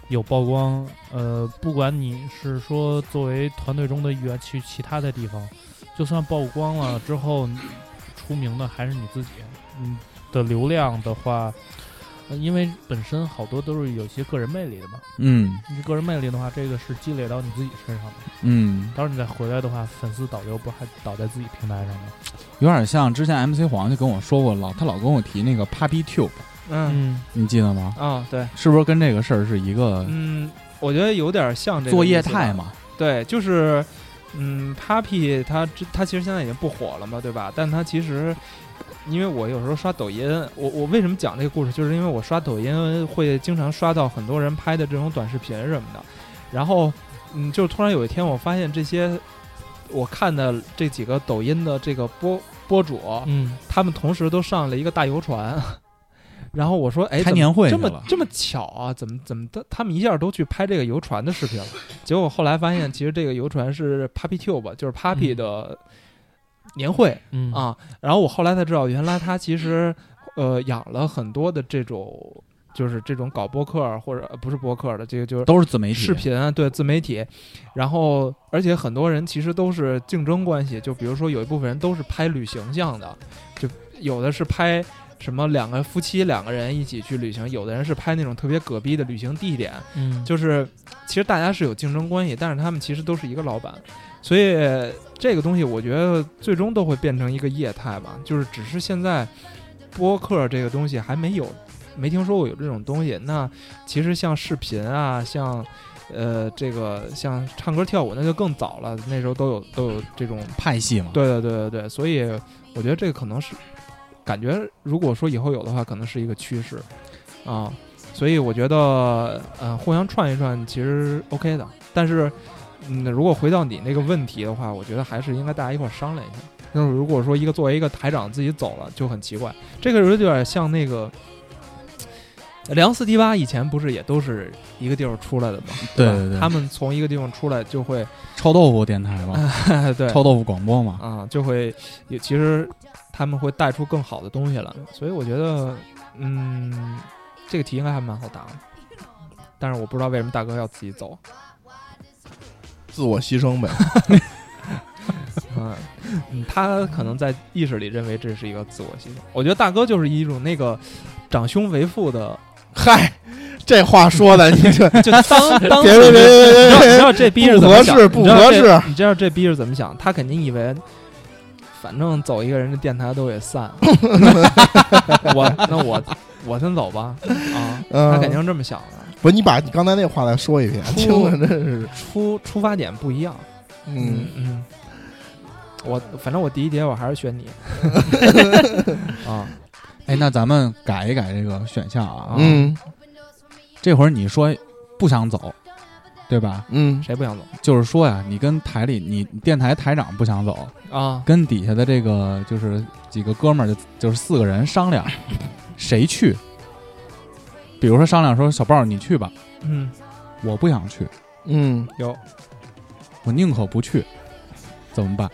有曝光。呃，不管你是说作为团队中的一员去其他的地方，就算曝光了之后，你出名的还是你自己。嗯，的流量的话。呃因为本身好多都是有一些个人魅力的嘛，
嗯
你个人魅力的话，这个是积累到你自己身上的。
嗯，
到时候你再回来的话，粉丝导流不还倒在自己平台上吗？
有点像之前 MC 黄就跟我说过，老他老跟我提那个 Papi Tube，
嗯
嗯，
你记得吗？
啊、对，
是不是跟这个事儿是一个
嗯，我觉得有点像这个
做
意
业
思
态
吧。
嘛？
对，就是，嗯，Papi 他之他其实现在已经不火了嘛，对吧？但他其实，因为我有时候刷抖音，我我为什么讲这个故事，就是因为我刷抖音会经常刷到很多人拍的这种短视频什么的，然后，嗯，就突然有一天我发现这些我看的这几个抖音的这个播博主，
嗯，
他们同时都上了一个大游船， [laughs] 然后我说，哎，
开
怎么
年会
这
去
么
了，
这么巧啊？怎么怎么的？他们一下都去拍这个游船的视频了。结果后来发现，其实这个游船是 Papi Tube，就是 Papi
嗯
的年会、
嗯
啊。然后我后来才知道，原来他其实呃养了很多的这种，就是这种搞播客或者呃不是播客的，这个就是
都是自媒体
视频啊，对自媒体。然后而且很多人其实都是竞争关系，就比如说有一部分人都是拍旅行向的，就有的是拍。什么两个夫妻两个人一起去旅行，有的人是拍那种特别葛逼的旅行地点，
嗯，
就是其实大家是有竞争关系，但是他们其实都是一个老板，所以这个东西我觉得最终都会变成一个业态吧，就是只是现在播客这个东西还没有没听说过有这种东西。那其实像视频啊，像呃，这个像唱歌跳舞那就更早了，那时候都有都有这种，
派系嘛。
对对对对对，所以我觉得这个可能是感觉，如果说以后有的话，可能是一个趋势啊。所以我觉得，呃，互相串一串其实 OK 的，但是，嗯，如果回到你那个问题的话，我觉得还是应该大家一块儿商量一下。那如果说一个作为一个台长自己走了，就很奇怪。这个时候就有点像那个梁斯蒂巴以前不是也都是一个地方出来的吗？
对
吧
对对
他们从一个地方出来就
[laughs]
会，
臭豆腐电台嘛，
对，
臭豆腐广播嘛，
哎啊、就会也其实他们会带出更好的东西来。所以我觉得，嗯，这个题应该还蛮好答的。但是我不知道为什么大哥要自己
[laughs]
走，
自我牺牲呗。
嗯，嗯他可能在意识里认为这是一个自我牺牲。我觉得大哥就是一种那个长兄为父的，
嗨，这话说的，你这
就
[laughs]
当当
别别别别
你知道你知
别别，
道这逼是怎么想？
不合适不合
适。你知道这逼是怎么想？他肯定以为，反正走一个人，这电台都得
[laughs]
散。我那我我先走吧啊！他肯
嗯，
定是这么想的。
不，你把你刚才那话再说一遍，听着真是，
出出发点不一样。
嗯，
嗯，我反正我第一节我还是
[laughs]
选你啊。
哎，那咱们改一改这个选项啊。
嗯
这会儿你说不想走，对吧？
嗯
谁不想走
就是说呀，你跟台里你电台台长不想走，
啊？
跟底下的这个就是几个哥们儿，就就是四个人商
[laughs]
量，谁去？比如说商量说小豹你去吧，
嗯，
我不想去，
嗯，
有
我宁可不去，怎么办？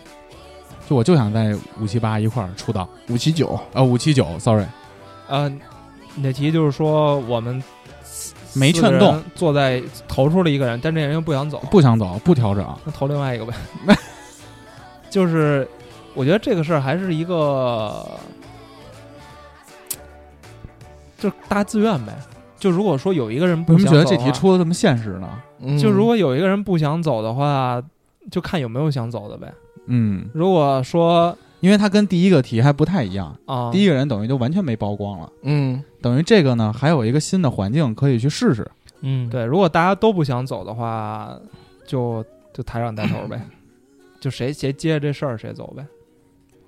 就我就想在五七八一块儿出道，
五七九，
呃，五七九，sorry，
呃，你的题就是说我们
没
四个
劝
人
动，
坐在投出了一个人，但这人又不想走，
不想走，不调整，
那投另外一个呗。 [laughs] 就是我觉得这个事儿还是一个，就是大家自愿呗。就如果说有一个人不
为什么觉
想走啊的
得
话，
这题出的这么现实呢？
嗯
就如果有一个人不想走的话，就看有没有想走的呗。
嗯，
如果说
因为它跟第一个题还不太一样，
啊，
第一个人等于就完全没曝光了，
嗯
等于这个呢还有一个新的环境可以去试试。
嗯，
对，如果大家都不想走的话，就就台长带头
[clears throat]
呗，就谁谁接着这事儿谁走呗。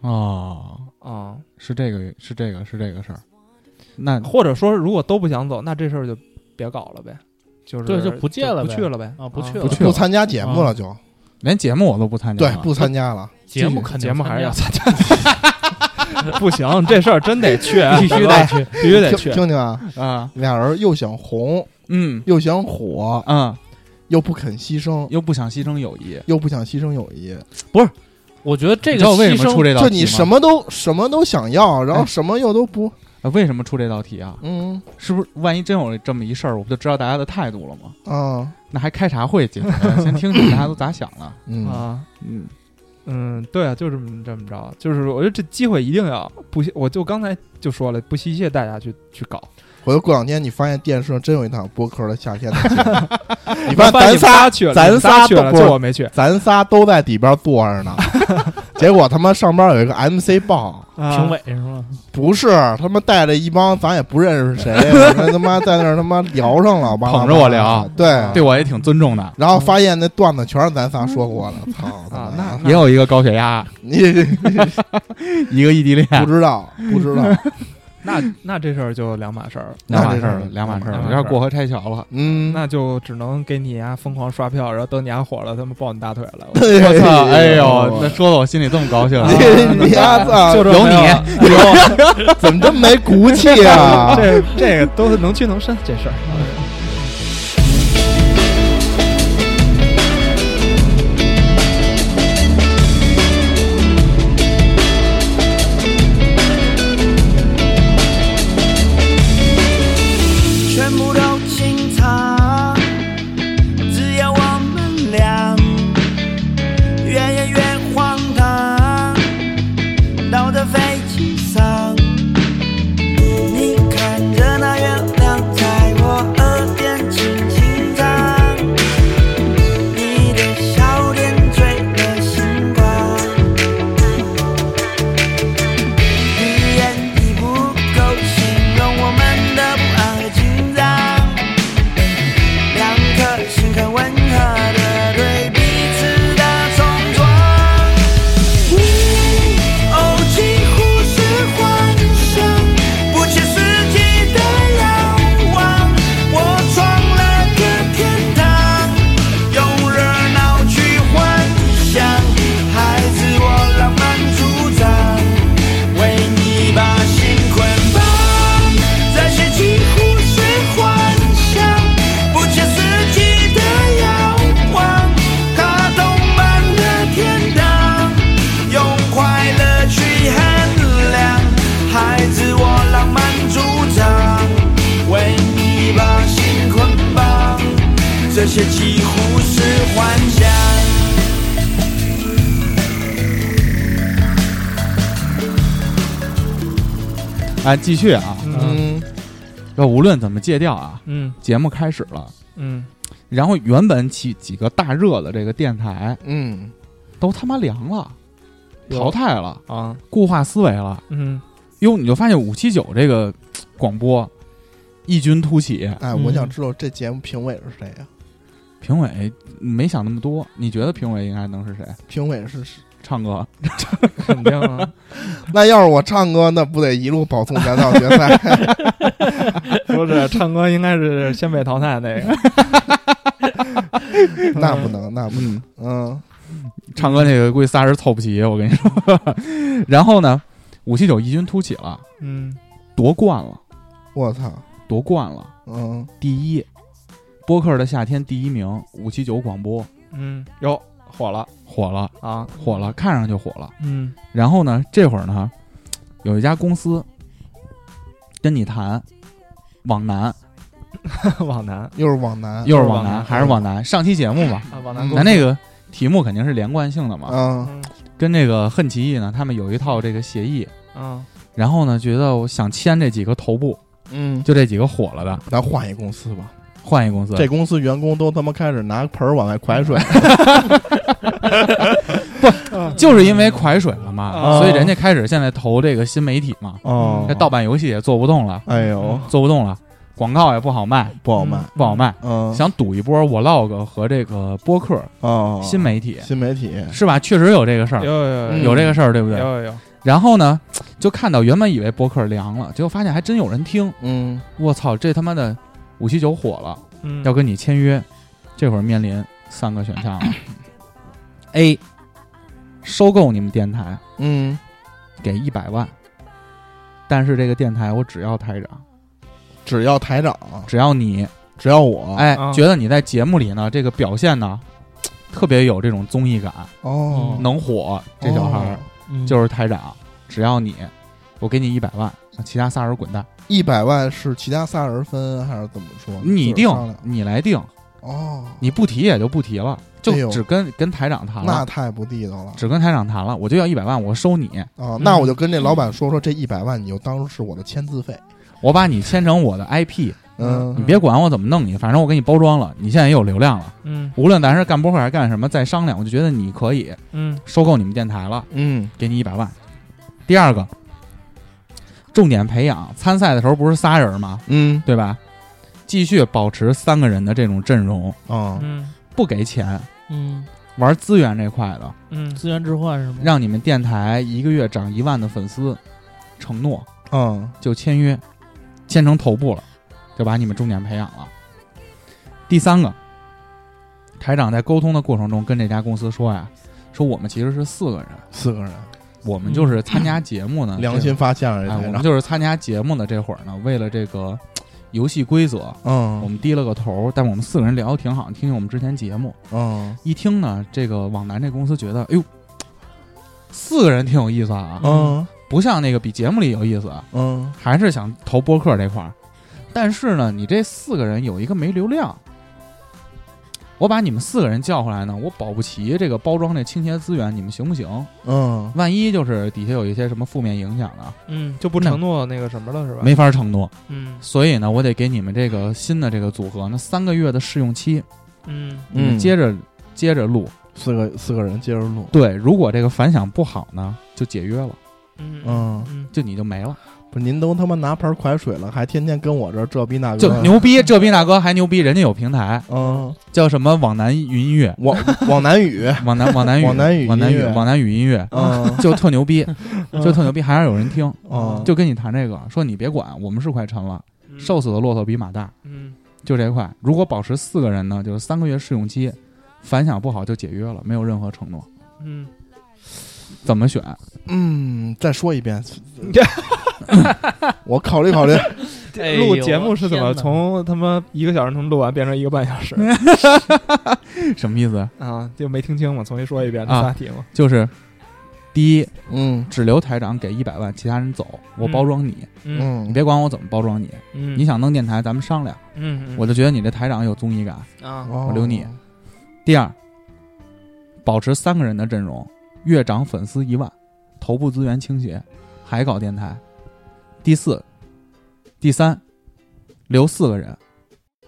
哦，
啊、
是这个，是这个，是这个事儿。那
或者说如果都不想走，那这事儿就别搞了呗，就是
对就不借了
不
呗
去了呗
啊不去
了
了
不去
不
了，啊
参加节目了就，
连节目我都不参加
对
了。，
不参加了，
节目肯定
节目还是要
参
参加。 [laughs] 不行，这事儿真得去，啊
加 [laughs] 必须得去，
必须得
听
[laughs]
去。
听听啊，
啊，
俩人又想红
嗯
又想火，
嗯，
又不肯牺牲，
又不想牺牲友谊。
又不想牺牲友谊，
我觉得这
你
个
知道为什
牺
么
牲
出这道题
就
吗？
你什么都什么都想要，然后
哎
什么又都不，
啊为什么出这道题啊？
嗯
是不是万一真有这么一事儿，我不就知道大家的态度了吗？
啊
那还开啥会解决？先听听大家都咋想的。
嗯
啊，
嗯，
嗯，对啊，就这么这么着，就是我觉得这机会一定要不惜，我就刚才就说了，不惜一切代价去去搞。
回头过两天你发现电视上真有一档播客的夏天的节目，你
你
发现咱
咱
仨
去了，
咱
你们仨
仨
去
都
了，
不
就是我没去
咱仨都在底边坐着呢， [laughs] 结果他妈上边有一个 MC 棒，
评委是吗？
不是他妈带着一帮咱也不认识谁，我们他妈在那儿他妈聊上了，哇啦
捧着我
哇啦
聊
对。
对我也挺尊重的。
然后发现那段子全是咱仨说过的，
嗯
操他
啊，
妈
那
呀
也有一个高血压，
你
哎一个异地恋，
不知道不知道，
那那这事儿就两码事儿了，
两码
那
事儿了，
这是
两码事儿了，
两
有
码
点
事儿
过河拆桥了。
嗯，
那就只能给你啊疯狂刷票，然后等你啊火了，他们抱你大腿了。
我操！哎呦
呦，
那说的我心里这么高兴
[laughs]
啊。
你你
[laughs]
丫操，
就这
有
没
你
有怎么这么没骨气
[laughs]
啊？
这这个都是能屈能伸这事儿。
全部都清场，只有我们俩，越演越荒唐，到这飞机上，你看着那月亮在我耳
哎，继续啊，
嗯
嗯，
要无论怎么戒掉啊，
嗯
节目开始了。
嗯，
然后原本几几个大热的这个电台
嗯，
都他妈凉了，淘汰了，
啊，
固化思维了。
嗯
哟，你就发现五七九这个嘖广播异军突起，
哎，
嗯
我想知道这节目评委是谁啊呀？
评委没想那么多。你觉得评委应该能是谁？
评委是谁
唱歌
肯定啊，
[laughs] 那要是我唱歌，那不得一路保送咱到决赛？
不是唱歌应该是先被淘汰那 [laughs] 个，
那不能，那不能。
嗯，
嗯
唱歌那个估计仨人凑不齐，我跟你说。 [laughs] 然后呢，五七九异军突起了，
嗯
夺冠了，
我操，
夺冠了，
嗯，
第一，播客的夏天第一名，五七九广播
嗯，哟火了
火了，
啊，
火了，看上就火了。
[laughs] 嗯
然后呢，这会儿呢，有一家公司跟你谈，网南
网男
又啊是网男，
又是
网
网
南
南还是网南，上期节目嘛，
啊网
男公
咱那个题目肯定是连贯性的嘛，
嗯
跟这个恨其义呢，他们有一套这个协议，
啊
然后呢，觉得我想签这几个头部，
嗯，
就这几个火了的，
咱换一公司吧。
换一公司，
这公司员工都他妈开始拿盆儿往外蒯水，
就是因为蒯水了嘛，
啊
所以人家开始现在投这个新媒体嘛，
哦
这盗版游戏也做不动了，
哎呦，
做不动了，广告也不好卖，
不好卖，
不好卖。
嗯，
想赌一波 vlog 和这个播客
哦，
新媒体，
新媒体，
是吧？确实有这个事
有
儿，
嗯有
有这个事儿，对不
有
对？
有有，
然后呢，就看到原本以为播客凉了，结果发现还真有人听。
嗯
我操，这他妈的五七九火了，
嗯
要跟你签约，这会儿面临三个选项了：A，收购你们电台，
嗯，
给一百万，但是这个电台我只要台长，
只要台长，哦
只要你，
只要我，，
哎，
啊
觉得你在节目里呢，这个表现呢，特别有这种综艺感，
哦，
能火，这小孩
哦
儿
嗯
就是台长，只要你，我给你一百万，其他仨人滚蛋，
一百万是其他仨人分还是怎么说？
你
自
定
个儿商量，
你来定，
哦，
你不提也就不提了，
哎
就
呦
只跟跟台长谈
那
了，
太不地道了
只跟台长谈了，我就要一百万，我收你，
啊！那我就跟这
嗯
老板说说，这一百万你就当是我的签字费，
我把你签成我的 IP，
嗯，
你别管我怎么弄你，反正我给你包装了，你现在也有流量了。
嗯
无论咱是干播客还是干什么，再商量，我就觉得你可以
嗯
收购你们电台了，
嗯
给你一百万。第二个，重点培养，参赛的时候不是仨人吗？
嗯
对吧？继续保持三个人的这种阵容，
啊，
嗯
不给钱，
嗯
玩资源这块的，
嗯
资源置换是吗？
让你们电台一个月涨一万的粉丝，承诺
嗯
就签约，签成头部了，就把你们重点培养了。第三个，台长在沟通的过程中跟这家公司说呀，说我们其实是四个人，
四个人
我们就是参加节目呢，
嗯良心发现了，
啊这个哎，
这
我
台
们
长，
就是参加节目的这会儿呢，为了这个游戏规则，我
嗯
们低了个头，但我们四个人聊得挺好，听听我们之前节目，
嗯
一听呢，这个网南这公司觉得，哎呦，四个人挺有意思啊，
嗯
不像那个比节目里有意思，啊，
嗯
还是想投播客这块儿。但是呢，你这四个人有一个没流量，我把你们四个人叫回来呢，我保不齐这个包装这倾斜资源，你们行不行？
嗯
万一就是底下有一些什么负面影响呢，
嗯，就不承诺那个什么了是吧？
没法承诺。
嗯
所以呢，我得给你们这个新的这个组合呢三个月的试用期，
嗯
你们
嗯
接着、接着录。
四个四个人接着录，
对，如果这个反响不好呢，就解约了，
嗯
嗯，
嗯
就你就没了，
不是您都他妈拿盆儿蒯水了，还天天跟我这儿这逼那个，
就牛逼。这逼大哥还牛逼，人家有平台，
嗯，
叫什么网南云音乐，
网网
[laughs]
南语，
网
[laughs]
南网南语
网南语
网南
音
语
乐
网南语音
[laughs]
乐，
嗯
[laughs] 就特牛
[laughs]
逼，就特牛逼，还是有人听。
嗯，
就跟你谈这个，说你别管，我们是快沉了，
嗯
瘦死的骆驼比马大，
嗯
就这块。如果保持四个人呢，就是三个月试用期，反响不好就解约了，没有任何承诺。
嗯
怎么选？
嗯，再说
[laughs]
一遍，我考虑考虑。
哎呦
录节目是怎么
我天哪
从他妈一个小时从录完变成一个半小 [laughs] 时
什么意思？
啊？就没听清嘛，重新说一遍这
啊
仨题嘛。
就是第一，
嗯
只留台长给一百万，其他人走，我包装你，你
嗯，
别管我怎么包装你。
嗯
你想弄电台，咱们商量。
嗯，
我就觉得你这台长有综艺感。
啊
我
留你。第二，保持三个人的阵容，月涨粉丝一万，头部资源倾斜，还搞电台，第四、第三，留四个人，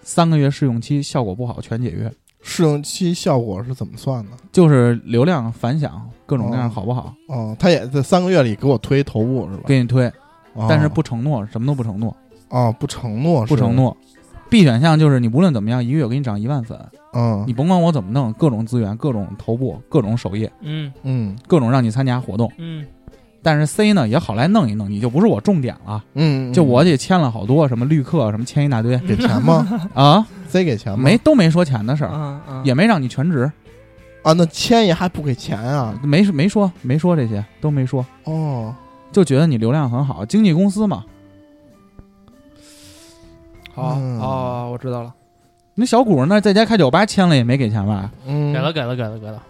三个月试用期效果不好全解约，
试用期效果是怎么算的？
就是流量反响各种各样
哦
好不好，
哦，他也在三个月里给我推头部是吧？
给你推，
哦
但是不承诺，什么都不承诺，
哦，不承诺，
不承。诺。B 选项就是你无论怎么样，一个月给你涨一万粉，
嗯
你甭管我怎么弄，各种资源、各种头部、各种首页、
嗯
嗯
各种让你参加活动。
嗯
但是 C 呢也好来弄一弄，你就不是我重点了，
嗯，
就我
嗯
得签了好多什么绿客什么签一大堆
给钱吗
啊，
？C 给钱吗？
没都没说钱的事
啊
儿，
嗯嗯，
也没让你全职，
啊，那签也还不给钱啊？
没没说没说这些都没说，
哦，
就觉得你流量很好，经纪公司嘛，
好
嗯
哦，我知道了，
那小谷那在家开酒吧签了也没给钱吧？
嗯，
改了改了改了改了，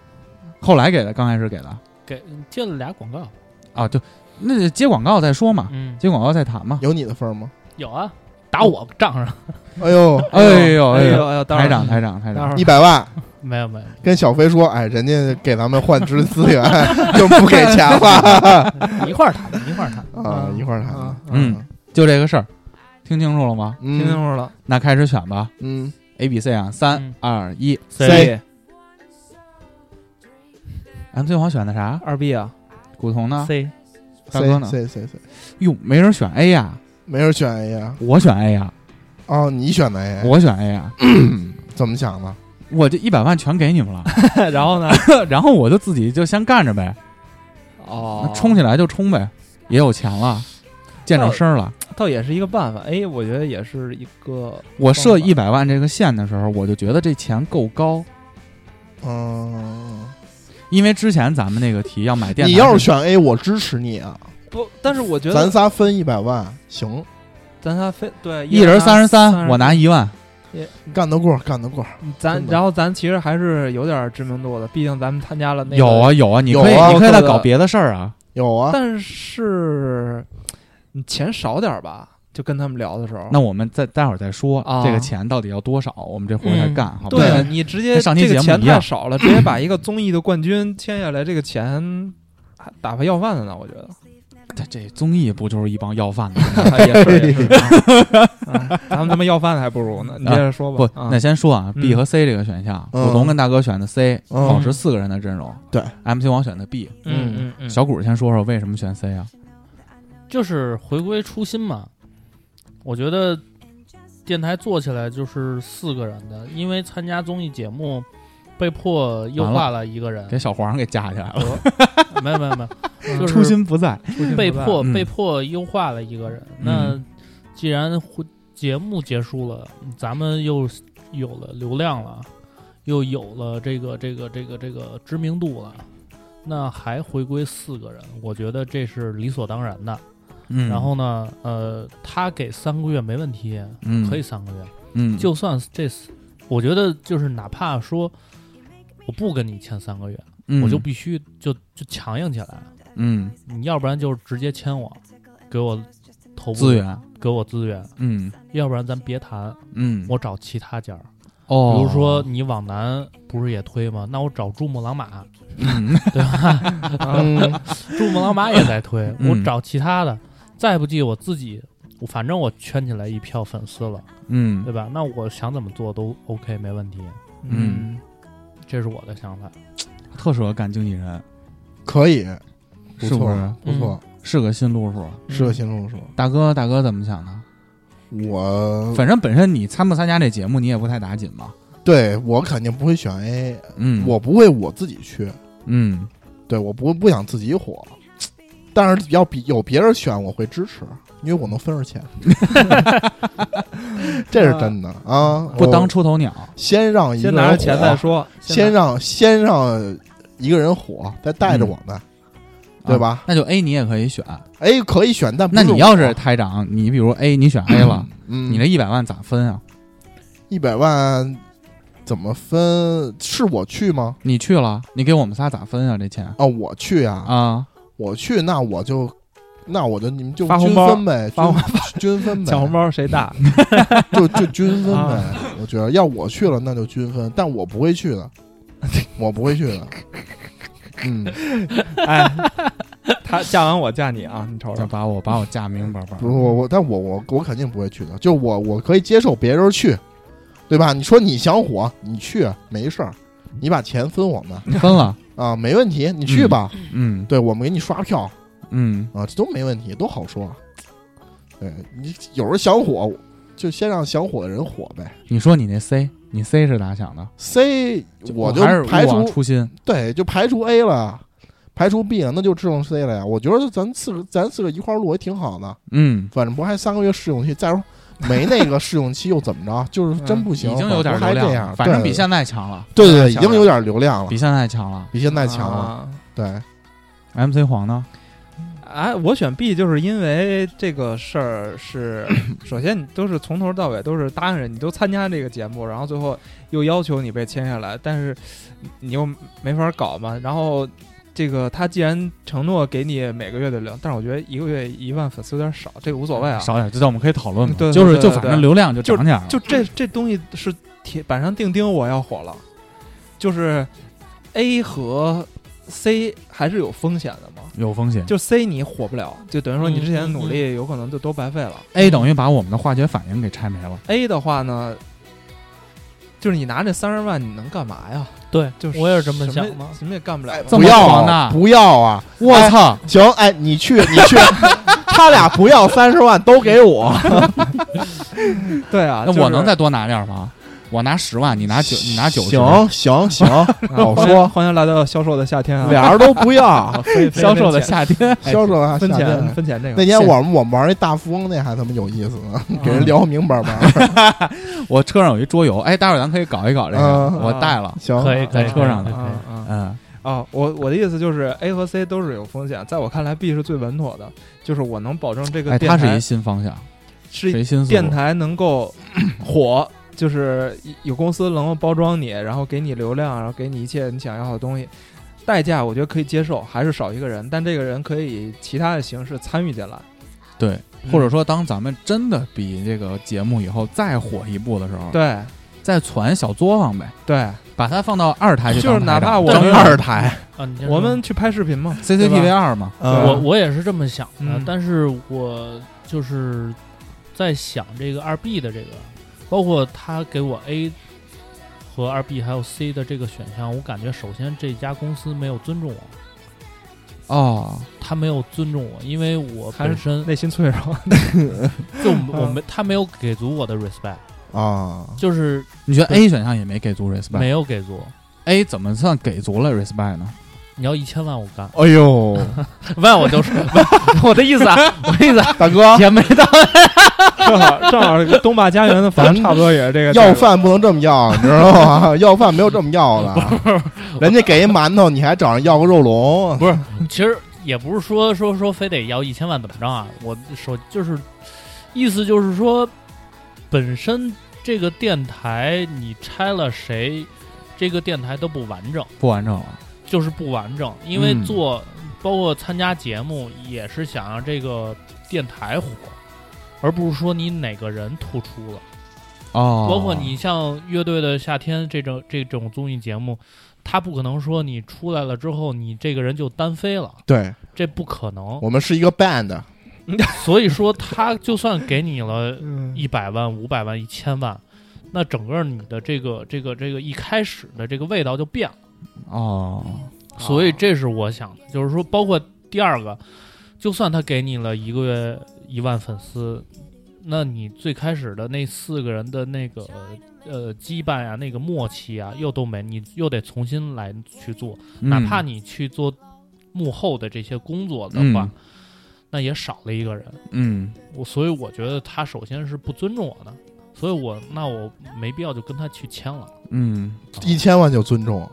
后来给的，刚开始给的
给接了俩广告，
啊，就那接广告再说嘛，
嗯，
接广告再谈嘛。
有你的份儿吗？
有啊，打我账上
哎呦，
哎呦
哎
呦，
哎呦，待会
台
儿
长台长台
待会
长，
儿
一百万，
没有没有，
跟小飞说，哎，人家给咱们换支资源就不给钱了
一块儿谈一块儿谈，
啊，一块儿谈
啊
吧。
嗯，就这个事儿，听清楚了吗？
听清
嗯
楚了
那开始选吧
嗯，
，A B C 啊，三
嗯
二一
，C
，M 啊最好选的啥？
二 B 啊
古潼呢？
，C
大哥
C
呢
C C C，
哟，没人选 A 呀，
没人选 A 呀？
我选 A 呀，
哦，你选的 A，
我选 A 呀，
怎么想的？
我这一百万全给你们了，
[laughs] 然后呢？
[laughs] 然后我就自己就先干着呗，
哦，
冲起来就冲呗，也有钱了，见着声儿了。
倒也是一个办法。A，我觉得也是一个
我设
方法
一百万这个线的时候，我就觉得这钱够高，
嗯，
因为之前咱们那个题要买电台，
你要是选 A，我支持你啊，
不，但是我觉
咱
得
仨分一百万，行，
咱仨非对
一人三十三，
三，
我拿一万，
嗯
干得过，干得过。
咱
真，的
然后咱其实还是有点知名度的，毕竟咱们参加了那个
有啊，有啊，你可以
有啊
你可以再
我觉得
搞别的事儿啊，
有啊，
但是你钱少点儿吧，就跟他们聊的时候，
那我们再待会儿再说
啊
哦
这个钱到底要多少，我们这活儿
嗯
再干，好吧？
对啊
对
你直接
跟上期
这
节
个
目
钱
一样
太少了，直接把一个综艺的冠军签下来，这个钱还打发要饭的呢，我
[laughs]
觉得
这这综艺不就是一帮要饭的吗？
啊也是也是，啊啊咱们他妈要饭的还不如呢，你接着说
嗯
吧
不，，
啊
那先说啊
嗯
，B 和 C 这个选项，
嗯
古潼跟大哥选的 C，
嗯
保持四个人的阵容。
对
，MC 王选的 B，
嗯嗯嗯，
小谷先说说为什么选 C 啊？
就是回归初心嘛。我觉得电台做起来就是四个人的，因为参加综艺节目被迫优化了一个人，
给小黄给架起来了，
没有没有没
[laughs]
有，就是
初心不在。
被迫
嗯
被迫优化了一个人。那既然互节目结束了，咱们又有了流量了，又有了这个这个这个这个知名度了，那还回归四个人，我觉得这是理所当然的。
嗯，
然后呢，呃，他给三个月没问题，
嗯，
可以，三个月，
嗯，
就算这四，我觉得就是哪怕说我不跟你签三个月，
嗯
我就必须就就强硬起来。
嗯
你要不然就是直接签我，给我头部
资，源，
给我资源，
嗯
要不然咱别谈，
嗯，
我找其他家儿。
哦，
比如说你往南不是也推吗？那我找珠穆朗玛， [laughs]
嗯，
对吧？
啊
嗯
珠穆朗玛也在推，
嗯
我找其他的，再不济我自己，我反正我圈起来一票粉丝了，
嗯
[laughs] 对吧？那我想怎么做都 OK，没问题。
嗯，
这是我的想法，
特适合干经纪人，
可以，不
是不
错
是，
不
嗯
错，
嗯
是个新路数？
是个新路数。
大哥，大哥怎么想的？
嗯
我
反正本身你参不参加这节目，你也不太打紧嘛。
对我肯定不会选 A，
嗯，
我不会我自己去，
嗯，
对，我不不想自己火。但是要比有别人选，我会支持，因为我能分
[laughs]
着钱，这是真的啊！
不当
我
出头鸟，
先让一个
嗯先
人
拿着钱再
火
说，
先让先让一个人火，再带
嗯
着我们，对吧
啊？那就 A 你也可以选，
哎，可以选，但不
那你
我
要是台长，你比如 A，你选 A 了，
嗯，
你这一百万咋分啊？
一百万怎么分？是我去吗？
你去了，你给我们仨咋分啊？这钱
啊，我去啊，
啊，
我去，那我就，那我就你们就
发
均
红包
分呗，
发红
均均
[laughs]
分呗，
抢红包啊谁大？
就就均分呗。我觉得要我去了，那就均分，但我不会去的，我不会去的。嗯，
哎，他嫁完我嫁你啊，你瞅
就
嗯
瞅，
把我把我架明白吧
不。是我我，但我我我肯定不会去的。就我我可以接受别人去，对吧？你说你想火，你去没事儿，你把钱分我们
分了，
啊，没问题，你去吧。
嗯
对我们给你刷票
嗯，
啊，这都没问题，都好说。对你有时候想火，就先让想火的人火呗。
你说你那 C，你 C 是咋想的？
C 我就
还是
排
勿忘
除
初心，
对，就排除 A 了，排除 B 了，那就只能 C 了呀。我觉得咱四个咱四个一块儿录也挺好的，
嗯，
反正不还三个月试用期，再说没那个试用期又怎么着？就是真不行，
已经有点
反
流
正还这
量了，
样，
反正
对
比现在强了，
对对对，
比
已
现在强
经有点流量了，
比现在强了。
比现在强了。
啊。
对，
MC 黄呢？
哎，我选 B 就是因为这个事儿
[coughs]
是，首先你都是从头到尾都是答应人，你都参加这个节目，然后最后又要求你被签下来，但是你又没法搞嘛。然后这个他既然承诺给你每个月的流，但是我觉得一个月一万粉丝有点少，这个无所谓啊。
少点，这我们可以讨论嘛
嗯。对对
就是
对
就
对
反正流量就涨点儿了，
就这这东西是铁板上钉钉，我要火了。就是 A 和 C 还是有风险的嘛，
有风险。
就 C 你火不了，就等于说你之前的努力有可能就都白费了。
A 等于把我们的化学反应给拆没了。
A 的话呢，就是你拿这三十万你能干嘛呀？
对，
就是
我也是这么
什
想的。
什么也干不了
哎
了。
这
[laughs]
不
么
要
狂
啊
呢
不要啊！
我
哎
操！
行，哎，你去，你去，他俩不要三十万都给我，
[laughs] 对啊，
那
就是
我能
[laughs]
再多拿点儿吗？我拿十万，你拿九，你拿九十。
行行行，
[laughs] 啊
我
欢迎
说
欢迎来到销售的夏天啊，
俩人都不要，
非非
销售的
分钱
夏天，
[laughs] 销售啊，
分
下面
钱分钱这个
那天我们我们玩那大富翁那还他妈有意思呢， [laughs] 给人聊明白吧。
我车上有一桌游，哎，待会儿咱可以搞一搞这个，
嗯
我带了。
行，
可以，可以，
啊在车上呢
可以可以
啊啊
嗯，
啊！我我的意思就是 A 和 C 都是有风险，在我看来 B 是最稳妥的，就是我能保证这个
哎，
电
它是
台
一新方向，
是
是一新思路
电台
[clears throat]
能够火，就是有公司能够包装你，然后给你流量，然后给你一切你想要的东西。代价我觉得可以接受，还是少一个人，但这个人可以以其他的形式参与进来。
嗯对，或者说当咱们真的比这个节目以后再火一步的时候，
对
再传小作坊呗，
对，
把它放到二台去
就是
当台长，
哪怕我
正
们
二
台，
啊！你先说
我们去拍视频嘛，
CCTV 二嘛，
我我也是这么想的
嗯，
但是我就是在想这个二 B 的这个，包括他给我 A 和二 B 还有 C 的这个选项，我感觉首先这家公司没有尊重我，
哦，
他没有尊重我，因为我
还是
本身
内心脆弱。 [laughs]
就我没嗯他没有给足我的 respect，
啊，
就是
你觉得 A 选项也没给足 respect？
没有给足。
A 怎么算给足了 respect 呢？
你要一千万我 [laughs] 干，
哎呦，
万我就是，我的
[laughs]
意思啊，我的意思啊
大哥，
也没到
正好正好东坝家园的房差不多也是这个
要饭不能这么要，你知道吗？要饭没有这么要的，人家给一馒头，你还找人要个肉龙，
不是，其实也不是说说说非得要一千万怎么着啊，我首就是意思就是说，本身这个电台你拆了谁，这个电台都不完整，
不完整了。
就是不完整，因为
嗯
做、包括参加节目也是想让这个电台火。而不是说你哪个人突出了，
哦，
包括你像乐队的夏天这种这种综艺节目，他不可能说你出来了之后你这个人就单飞了，
对
这不可能。
我们是一个 band，
所以说，他就算给你了
嗯
一百万、五百万、一千万，那整个你的这个、这个、这个一开始的这个味道就变了。
哦，
所以这是我想的，就是说，包括第二个，就算他给你了一个月一万粉丝，那你最开始的那四个人的那个呃羁绊啊、那个默契啊，又都没，你又得重新来去做。哪怕
你
你去做幕后的这些工作的话，
嗯
那也少了一个人。
嗯
我所以我觉得他首先是不尊重我的，所以我那我没必要就跟他去签了。
嗯，
一千万就尊重，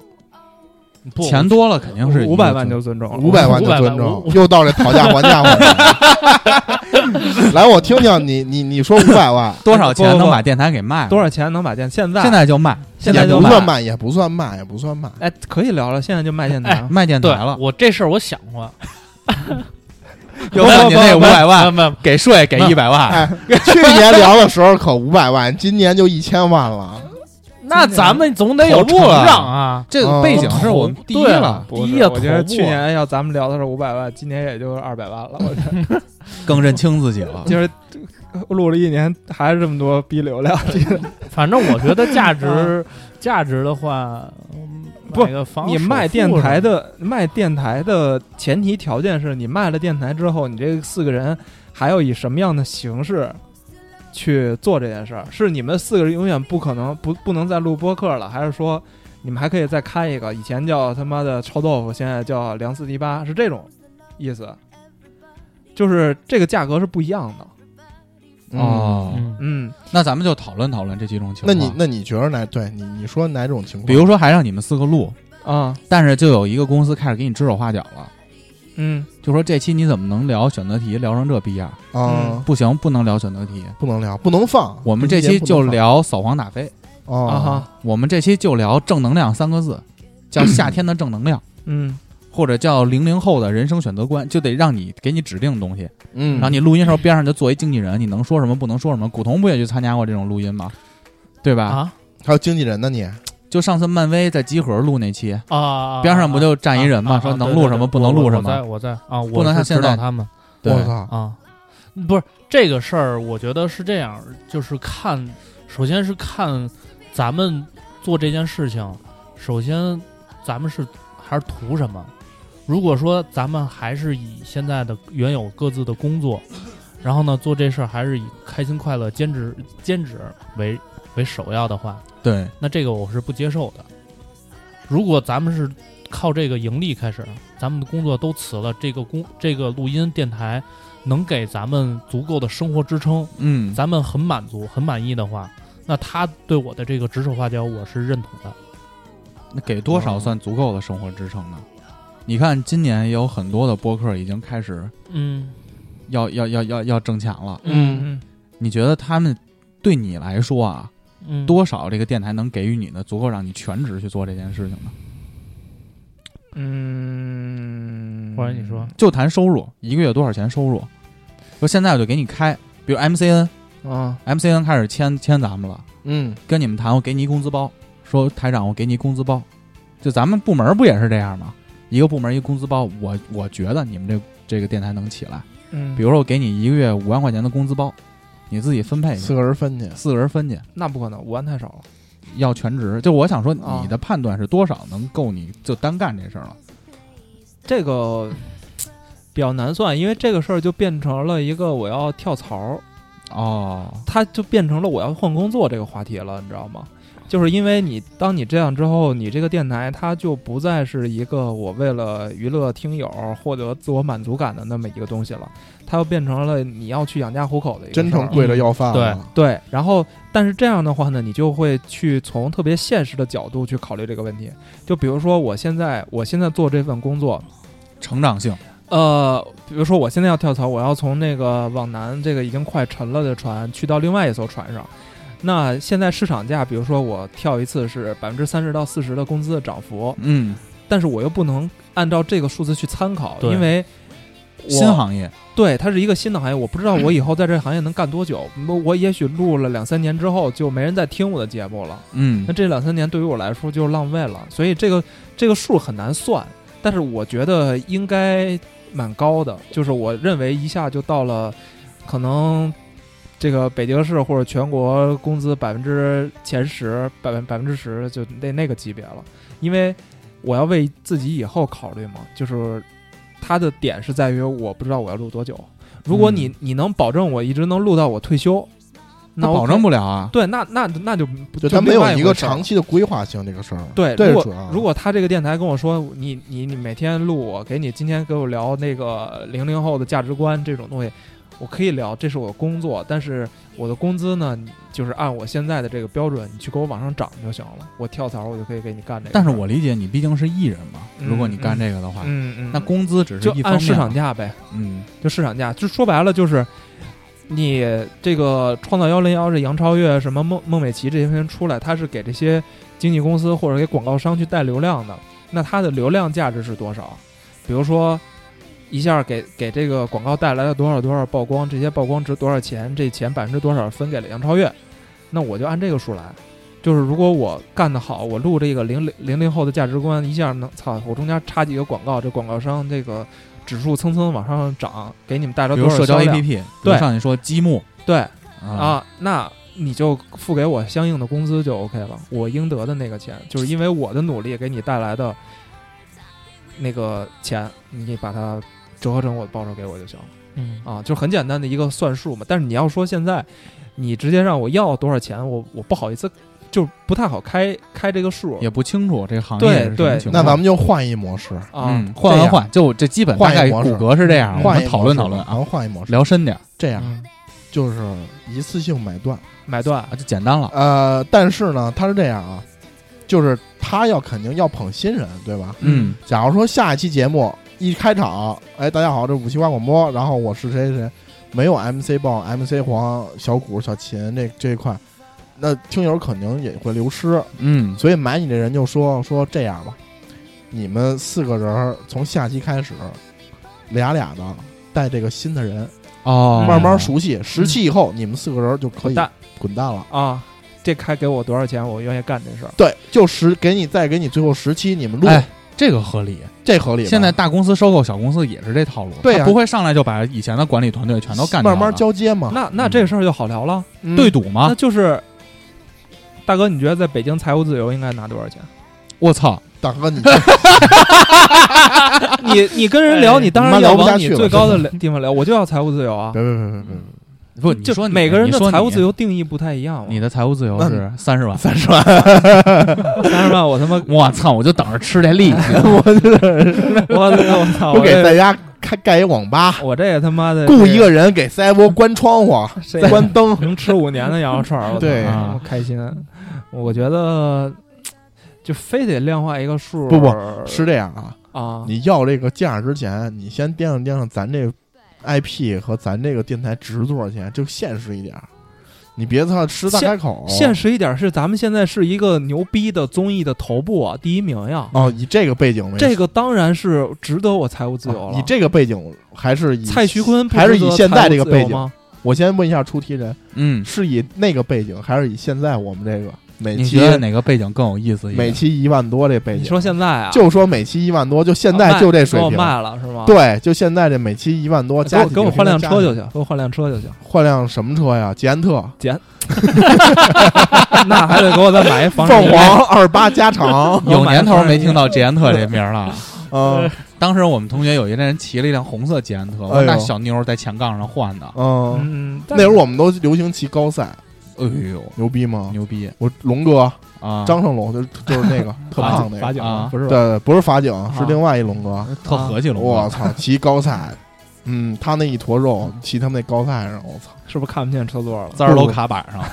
不，
钱多了肯定是
五百万就尊重了，
五百万就尊重，又到这讨价还价环节。 [laughs] 来，我听听你你你说五百万，
多少钱
不不
能
不
把电台给卖了？
多少钱能把电？现在
现在就卖，
现
也
在就
不算
卖
卖，也不算卖，也不
[laughs]
算卖。
哎可以聊了，现在就卖电
哎
台了。
卖电台
对
了。
我这事儿我想过，
有没有你
[laughs]
那五百
[laughs]
万
没有没有
给税给
不
一百万？
哎，去年聊的时候可五百万，今年就一千万了。
那咱们总得有
投
成
入了
长啊！
这个背景是我们第一
对
了，
不
第
是
一啊
我觉得
头部
去年要咱们聊的是五百万，今年也就二百万了。我觉得 [laughs]
更认清自己了。
今儿录了一年，还是这么多逼流量。
反正我觉得价 [laughs] 值价值的话，嗯
不
买个房
你
首
卖
付
电
什么
台的卖电台的前提条件是你卖了电台之后，你这四个人还要以什么样的形式去做这件事儿？是你们四个人永远不可能不不能再录播客了，还是说你们还可以再开一个？以前叫他妈的臭豆腐，现在叫梁四迪八，是这种意思？就是这个价格是不一样的。
哦，
嗯，
嗯，
那咱们就讨论讨论这几种情
那
况。
你那你觉得哪？对你你说哪种情况？
比如说还让你们四个录，
啊，
但是就有一个公司开始给你指手画脚了，
嗯，
就说这期你怎么能聊选择题聊成这逼样？
啊
嗯，
不行，不能聊选择题。
不能聊，不能放。
我们这期就聊扫黄打非，
啊
啊，
哈，
我们这期就聊正能量三个字，叫夏天的正能量，
嗯
或者叫零零后的人生选择观，就得让你给你指定东西。
嗯
然后你录音时候边上就做一经纪人，你能说什么不能说什么。古潼不也去参加过这种录音吗？对吧？
啊
还有经纪人呢，你
就上次漫威在集合录那期，
啊，
边上不就站一人
嘛，
嘛，
啊
说
啊
能
对
录
对
什么
对
不能
我
录
我
什么
在，我在啊，
不
我
能
是
像现
知道
在
他们
对
我操，
啊，不是这个事儿，我觉得是这样，就是看，首先是看咱们做这件事情，首先咱们是还是图什么？如果说咱们还是以现在的原有各自的工作，然后呢做这事儿还是以开心快乐、兼职兼职为为首要的话，
对，
那这个我是不接受的。如果咱们是靠这个盈利开始，咱们的工作都辞了，这个工这个录音电台能给咱们足够的生活支撑，
嗯，
咱们很满足、很满意的话，那他对我的这个指手画脚，我是认同的。
那给多少算足够的生活支撑呢？你看，今年也有很多的播客已经开始
嗯
要要要要要挣钱了。
嗯
嗯
你觉得他们对你来说啊，
嗯，
多少这个电台能给予你的足够让你全职去做这件事情呢？
嗯，
或者你说，
就谈收入，一个月多少钱收入？说现在我就给你开，比如 MCN，
啊，
MCN 开始签签咱们了，
嗯
跟你们谈，我给你一工资包，说台长我给你一工资包，就咱们部门不也是这样吗？一个部门一个工资包，我我觉得你们这这个电台能起来，
嗯，
比如说我给你一个月五万块钱的工资包，你自己分配去
四个人分去，
四个人分去，
那不可能，五万太少了。
要全职。就我想说，
啊
你的判断是多少能够你就单干这事儿了？
这个比较难算，因为这个事儿就变成了一个我要跳槽，
哦，
它就变成了我要换工作这个话题了，你知道吗？就是因为你当你这样之后，你这个电台它就不再是一个我为了娱乐听友获得自我满足感的那么一个东西了，它又变成了你要去养家糊口的一个
真
事儿
成跪着要饭了。
对，然后但是这样的话呢，你就会去从特别现实的角度去考虑这个问题。就比如说，我现在我现在做这份工作，
成长性，
呃，比如说我现在要跳槽，我要从那个往南这个已经快沉了的船去到另外一艘船上。那现在市场价，比如说我跳一次是百分之三十到四十的工资的涨幅，
嗯，
但是我又不能按照这个数字去参考，
对
因为我
新行业，
对，它是一个新的行业，我不知道我以后在这个行业能干多久。我我也许录了两三年之后，就没人再听我的节目了。
嗯
那，这两三年对于我来说就是浪费了，所以这个这个数很难算。但是我觉得应该蛮高的，就是我认为一下就到了可能这个北京市或者全国工资百分之前十、百分百分之十就那那个级别了，因为我要为自己以后考虑嘛，就是它的点是在于我不知道我要录多久。如果
嗯
你、你能保证我一直能录到我退休，
那
那我
保
可
证不了啊。
对，那那那就不
就他没有一个
长
长期的规划性这个事儿，
对，如
这是
果
主要的。啊
如果他这个电台跟我说你你你每天录我给你今天给我聊那个零零后的价值观这种东西，我可以聊，这是我的工作，但是我的工资呢，你就是按我现在的这个标准，你去给我往上涨就行了。我跳槽我就可以给你干这个事儿。
但是我理解你毕竟是艺人嘛，
嗯
如果你干这个的话，
嗯嗯，
那工资只是
就
一方
按
面，
市场价呗。
嗯，
就市场价，就说白了就是，你这个创造幺零幺这杨超越什么孟孟美岐这些人出来，他是给这些经纪公司或者给广告商去带流量的，那它的流量价值是多少？比如说一下给给这个广告带来了多少多少曝光，这些曝光值多少钱，这钱百分之多少分给了杨超越，那我就按这个数来。就是如果我干得好，我录这个零零零零后的价值观，一下能操，我中间插几个广告，这广告商这个指数蹭蹭往上涨，给你们带来
比如
多少
社交
销量
APP，比如
对
上去说积木
对
啊，
啊，那你就付给我相应的工资就 OK 了，我应得的那个钱，就是因为我的努力给你带来的那个钱，你把它折合成我的报酬给我就行了
嗯
啊，就很简单的一个算术嘛。但是你要说现在你直接让我要多少钱，我我不好意思，就不太好开开这个数
也不清楚这个行
对
业是什么
对
情
那
况。
咱们就换一模式，
啊。
嗯，换
这
完
样
换，就这基本大
换一
概
模
骨
式嗯
骼是这样，我
换一
们
模
讨论
式
讨论
咱
啊
们，换一模式，
聊深点儿
这样
嗯
就是一次性买断。
买断
啊，就简单了。
呃，但是呢，他是这样啊，就是他要肯定要捧新人，对吧？
嗯，
假如说下一期节目一开场，哎，大家好，这是五七八广播，然后我是谁谁谁，没有 MC 豹、MC 黄、小谷、小秦这这一块，那听友肯定也会流失，
嗯，
所以买你的人就说说这样吧，你们四个人儿从下期开始，俩俩的带这个新的人，
哦，
慢慢熟悉，十期以后你们四个人儿就可
嗯滚
以
蛋
滚蛋了。
啊！这开给我多少钱，我愿意干这事儿。
对，就十给你再给你最后十期，你们录、
哎，这个合理。
这合理吧。
现在大公司收购小公司也是这套路，
对
他
啊
不会上来就把以前的管理团队全都干掉了，
慢慢交接
啊
嘛，
那那这事儿就好聊了。
嗯
对赌吗
那？就是大哥，你觉得在北京财务自由应该拿多少钱？
我操，
大
[laughs]
哥你
啊你你跟人聊，
哎
你当
你妈
然
聊
要
不下
往你
去了
最高的地方聊。我就要财务自由啊！
别别别别别，
不，你
就
说你
每个人的
你说你
财务自由定义不太一样嘛。
你的财务自由
那
是三十万，
三十万，
[laughs] 三十万， [laughs] 我他妈
我操，我就等着吃这利息。
哎
我我操！
我
我
给
这
在家开盖一网吧，
我这也他妈的
雇一个人给塞波关窗户、
谁
关灯，
能吃五年的羊肉串儿，我操
对
我开心。我觉得就非得量化一个数，
不不是这样啊。
啊，
你要这个价之前，你先掂量掂量咱这 IP 和咱这个电台值多少钱，就现实一点儿。你别操狮子大开口，
现实一点是，咱们现在是一个牛逼的综艺的头部啊，第一名呀。
哦，以这个背景为
这个当然是值得我财务自由
啊
了。
以这个背景还是以
蔡徐坤不
还是
值
以
得
现在
财务
这个
自
背
由
景
吗？
我先问一下出题人，
嗯，
是以那个背景，还是以现在我们这个每
你
期
觉得哪个背景更有意思一点？，
每期一万多这背景？
你说现在啊，
就说每期一万多，就现
啊
在
卖
就这水
给我
平，
卖了是吗？
对，就现在这每期一万多，
给
加
我
起
给我
平
换辆
加
车
起
就行，给我换辆车就
[laughs]
行。
换辆什么车呀？捷安特、
那还得给我再买一房产
凤凰二八加长
[laughs] 有年头没
[laughs]
听到捷安特这名儿了。
嗯
当时我们同学有一个人骑了一辆红色捷安特，我
哎
说
呦
那小妞儿在前杠上换的，
嗯，
嗯，
那会儿我们都流行骑高赛，
哎呦，
牛逼吗？
牛逼
我龙哥
啊！
张胜龙就就是那个特
法
胖
我
那
法
个，
警
啊
不是吧
对，不是法警，是另外一龙哥。
特
啊
和气了，
我操，骑高赛，嗯，他那一坨肉骑他们那高赛上，我操，
是不是看不见车座了？
字儿都卡板
[laughs]
上。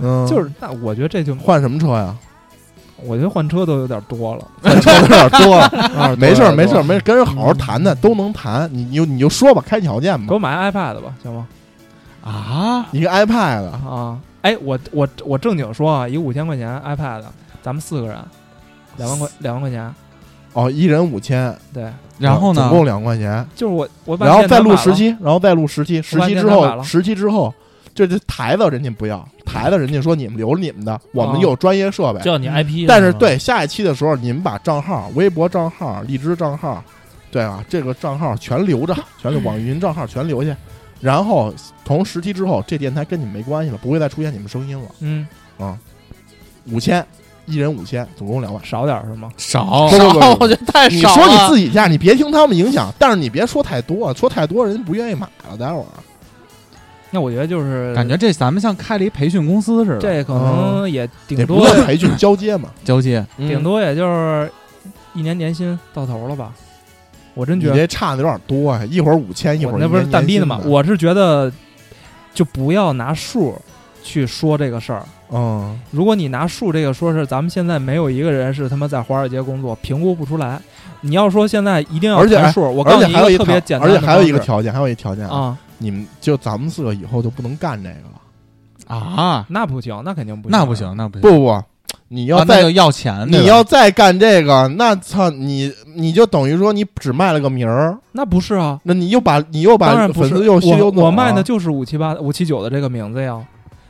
嗯，
就是，那我觉得这就
换什么车呀？
我觉得换车都有点多了。
车有点 [laughs] 多了，
啊
没事
多
儿，
了
没事
多
儿，
了
没事儿，跟人好好谈谈，都能谈。你你就你就说吧，开条件
给
吧。
我买 iPad 吧，行吗？
啊，
一个 iPad，
啊，哎，我我我正经说啊，一五千块钱 iPad，咱们四个人，两万块两万块钱，
哦，一人五千，
对，
然后呢
总？共两块钱，
就是我我把
然后
电脑
再录
买了
十期，然后再录十期，十
把
期
电
之
脑买
后，
了
十期之后，这这台子人家不要，台子人家说你们留着你们的，我们有专业设备。
叫你 IP，
但是对下一期的时候，你们把账号、微博账号、荔枝账号，对啊，这个账号全留着，全留网易云账号全留下。然后从十期之后，这电台跟你们没关系了，不会再出现你们声音了。
嗯，
五千，一人五千，总共两万。
少点儿是吗？
少
不不不不不
我觉得太
你
少
说你
了。
自己价，你别听他们影响，但是你别说太多，说太多人家不愿意买了。待会儿啊
那我觉得就是
感觉这咱们像开了一培训公司似的，
这可
哦
能也顶
也不
多
算培训交接嘛，
交接
[laughs] 顶多也就是一年年薪到头了吧。我真
你
觉得
这差的有点多呀，一会儿五千，一会
我
儿
那不是蛋逼
的
的嘛，我是觉得就不要拿数去说这个事儿。
嗯，
如果你拿数这个说是，咱们现在没有一个人是他妈在华尔街工作，评估不出来。你要说现在一定要
而且
谈数，我
而
告诉
且
你
还有
特
条
别简单
而
的
且
方式，
还有一个条件，还有一条件，
啊，
你们就咱们四个以后就不能干这个了，
啊，
那不行，那肯定不行，
那不，行，那不
不
行，
不不，你
啊
要
那
再
就要钱，对吧
你要再干这个，那操你你就等于说你只卖了个名儿，
那不是啊，
那你又把你又把
当然不
粉
是，
丝又吸溜走
我我卖
了
的就是五七八五七九的这个名字呀。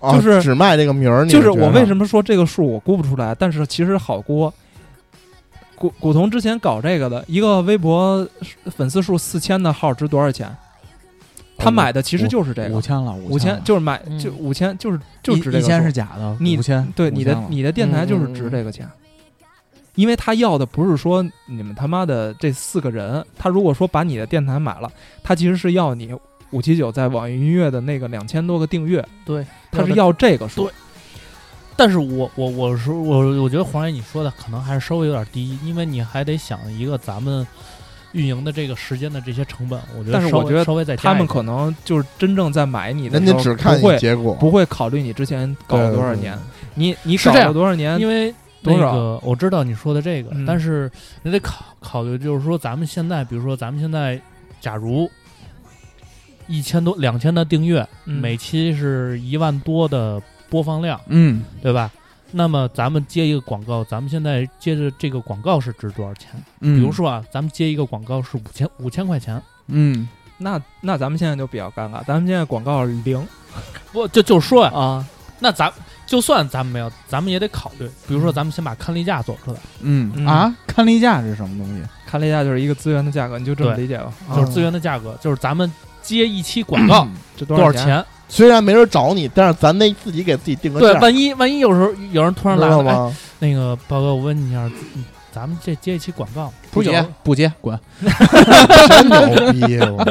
啊
就是
只卖这个名儿，你
就是
觉得
我为什么说这个数我估不出来，但是其实好估。古古潼之前搞这个的一个微博粉丝数四千的号值多少钱？
哦
他买的其实就是这
五
个
千了，
五
千
千，
了，
就是买就
嗯
五千就是就
一
值这
一
个
千
数
是假的，
你
五千，
对你
5000
的
了嗯
你的电台就是值这个钱，因为他要的不是说你们他妈的这四个人，他如果说把你的电台买了，他其实是要你五七九在网易云音乐的那个两千多个订阅，
对，
他是要这个数
对，但是我我我是我我觉得黄爷你说的可能还是稍微有点低，因为你还得想一个咱们运营的这个时间的这些成本，我觉得
但是
稍
我
微
觉得
稍微再加
他
一
们
点
可能就是真正在买你的
人
时
家
候
只看
不会
你结果，
不会考虑你之前搞了多少年，你你
是
搞
这
了
样
多少年，
因
为
为
多
那
少
个我知道你说的这个，
嗯
但是你得考考虑，就是说咱们现在，比如说咱们现在，假如一千多、两千的订阅，
嗯
每期是一万多的播放量，
嗯，
对吧？那么咱们接一个广告，咱们现在接着这个广告是值多少钱？
比
比如，说啊，咱们接一个广告是五千五千块钱，
嗯，
那那咱们现在就比较尴尬，咱们现在广告零
不就就说呀、
啊，
那咱就算咱们没有，咱们也得考虑，比如说咱们先把看例价做出来，
嗯
嗯
啊，看例价是什么东西？
看了一下就是一个资源的价格，你就这么
对
理解吧，
哦
啊
就是资源的价格，就是咱们接一期广告
这多
多少
钱？啊
钱？
虽然没人找你，但是咱得自己给自己定个
对，
价，
万一万一有时候有人突然
知
来
道
了，哎，
吗？
那个豹哥，我问你一下，嗯咱们这接一期广告，
不
有
接不接，滚
哎
[laughs] 真牛逼！我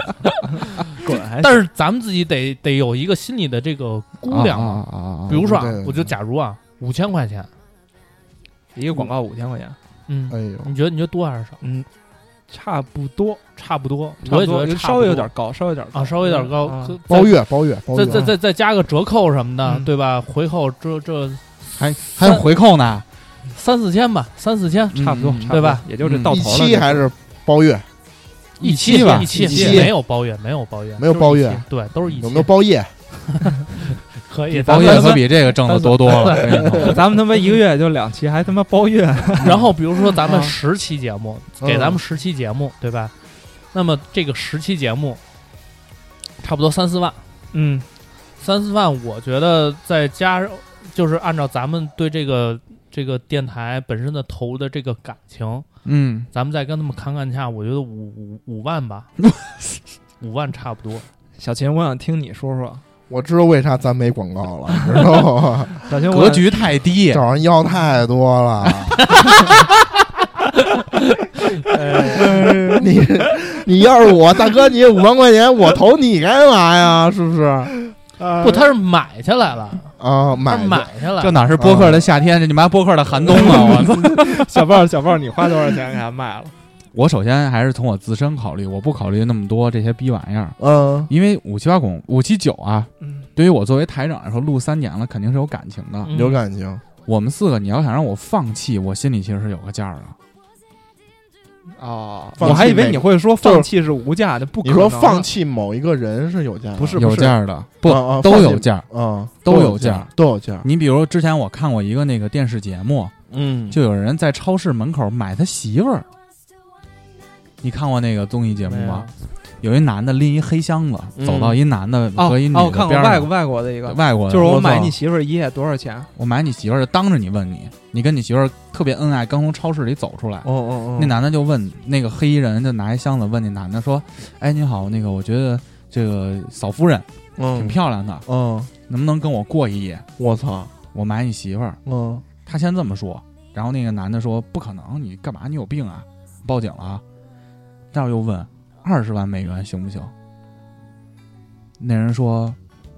滚！还
但是咱们自己得得有一个心里的这个估量嘛。
啊啊啊啊！
比如说啊
对对，
我就假如啊，五千块钱，
一个广告五千块钱，
嗯，
哎呦，
你觉得你觉得多还是少？
嗯，差不多，
差不多，
差
我
不
也觉
多，
得差
稍
不多
微有点高，稍微有点高
啊，稍微有点高，
嗯
可
包月包月包
再
月，
再再再加个折扣什么的，
嗯
对吧？回扣这这
还还有回扣呢，
三四千吧，三四千
嗯
差不多，
嗯
差不多
对吧？
也就这到
一
头了，
期还是包月，
一
期
期吧
一期
一期
没有包月，没有包月，
没有包月，
对，都是一期
有没有包夜？
可以
包
咱们
夜可比这个挣的多多了。
就咱们他妈一个月就两期，还他妈包月， [laughs]
[laughs] 然后比如说咱们
啊
十期节目，
嗯
给咱们十期节目，对吧？那么这个十期节目，差不多三四万，
嗯，
三四万，我觉得再加上，就是按照咱们对这个这个电台本身的投入的这个感情，
嗯，
咱们再跟他们砍砍价，我觉得五五五万吧，五万差不多。
小秦，我想听你说说，
我知道为啥咱没广告了，知道吗？
小秦，我
格局太低，
找人要太多了。
哎
[laughs] 你你要是我大哥，你五万块钱我投你干嘛呀？是不是？
不，他是买下来了，
啊，呃
他
买
是买下来
这
了，
哪是播客的夏天，这你妈播客的寒冬 [laughs] 啊！我操！
[laughs] 小豹，小豹，你花多少钱给他卖了？
我首先还是从我自身考虑，我不考虑那么多这些逼玩意儿，
嗯
因为五七八拱五七九啊，
嗯，
对于我作为台长来说，录三年了，肯定是有感情的。
嗯
有感情
我们四个，你要想让我放弃，我心里其实是有个价儿的。
哦，
放弃
我还以为你会说
就是
放弃是无价的，不可
你
能。啊
啊
说放，弃某一个人是有价的，
不是
有价儿的，不、
啊啊
都
放
有
心
价儿。
啊，
都有
有
价
价，都有价。
你比如之前我看过一个那个电视节目，
嗯，
就有人在超市门口买他媳妇儿。你看过那个综艺节目
没有
吗？有一男的拎一黑箱子，
嗯
走到一男的
哦
和一女
哦，我
的
看过
边
外
上，
国外国的一个，
外国的
就是我
我操
买你媳妇儿一夜多少钱？
我买你媳妇儿，当着你问你，你跟你媳妇儿特别恩爱，刚从超市里走出来，
哦哦哦，
那男的就问那个黑衣人，就拿一箱子问那男的说：“哎，你好，那个我觉得这个嫂夫人
嗯
挺漂亮的，
嗯，
能不能跟我过一夜？
我操，
我买你媳妇儿。”
嗯
他先这么说，然后那个男的说：“不可能，你干嘛？你有病啊！报警了啊！”这儿又问：“二十万美元行不行？”那人说：“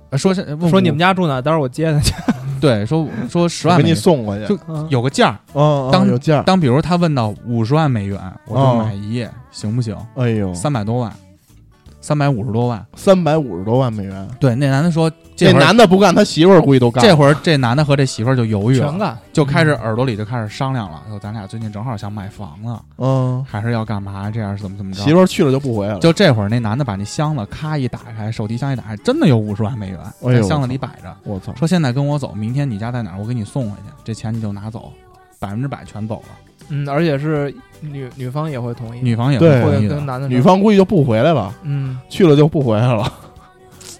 呃、说是问
说
我
你们家住哪？待会儿我
[laughs]
接他去。
对，说说十
我
万
给
美
你
元
送过去，
就
嗯
有个价儿。
嗯，嗯
当
有价，
当比如他问到五十万美元，我就
哦
买一夜，行不行？
哎呦，
三百多万，三百五十多万。
三百五十多万美元。
对，那男的说：“
这
这会儿
男的不干，他媳妇儿估计都干。
这会儿这男的和这媳妇儿就犹豫
全
了，
干，
就开始耳朵里就开始商量了。说咱俩最近正好想买房了，
嗯，
还是要干嘛？这样是怎么怎么着？”
媳妇儿去了就不回来了。
就这会儿，那男的把那箱子咔一打开，手提箱一打开，真的有五十万美元
哎呦
在箱子里摆着。
我操，
说现在跟我走，明天你家在哪儿，我给你送回去，这钱你就拿走，百分之百全走了。
嗯，而且是女女方也会同意，
女方也不
对
同
会
意
跟
的。
男的说
女，方估计就不回来了，
嗯，
去了就不回来了。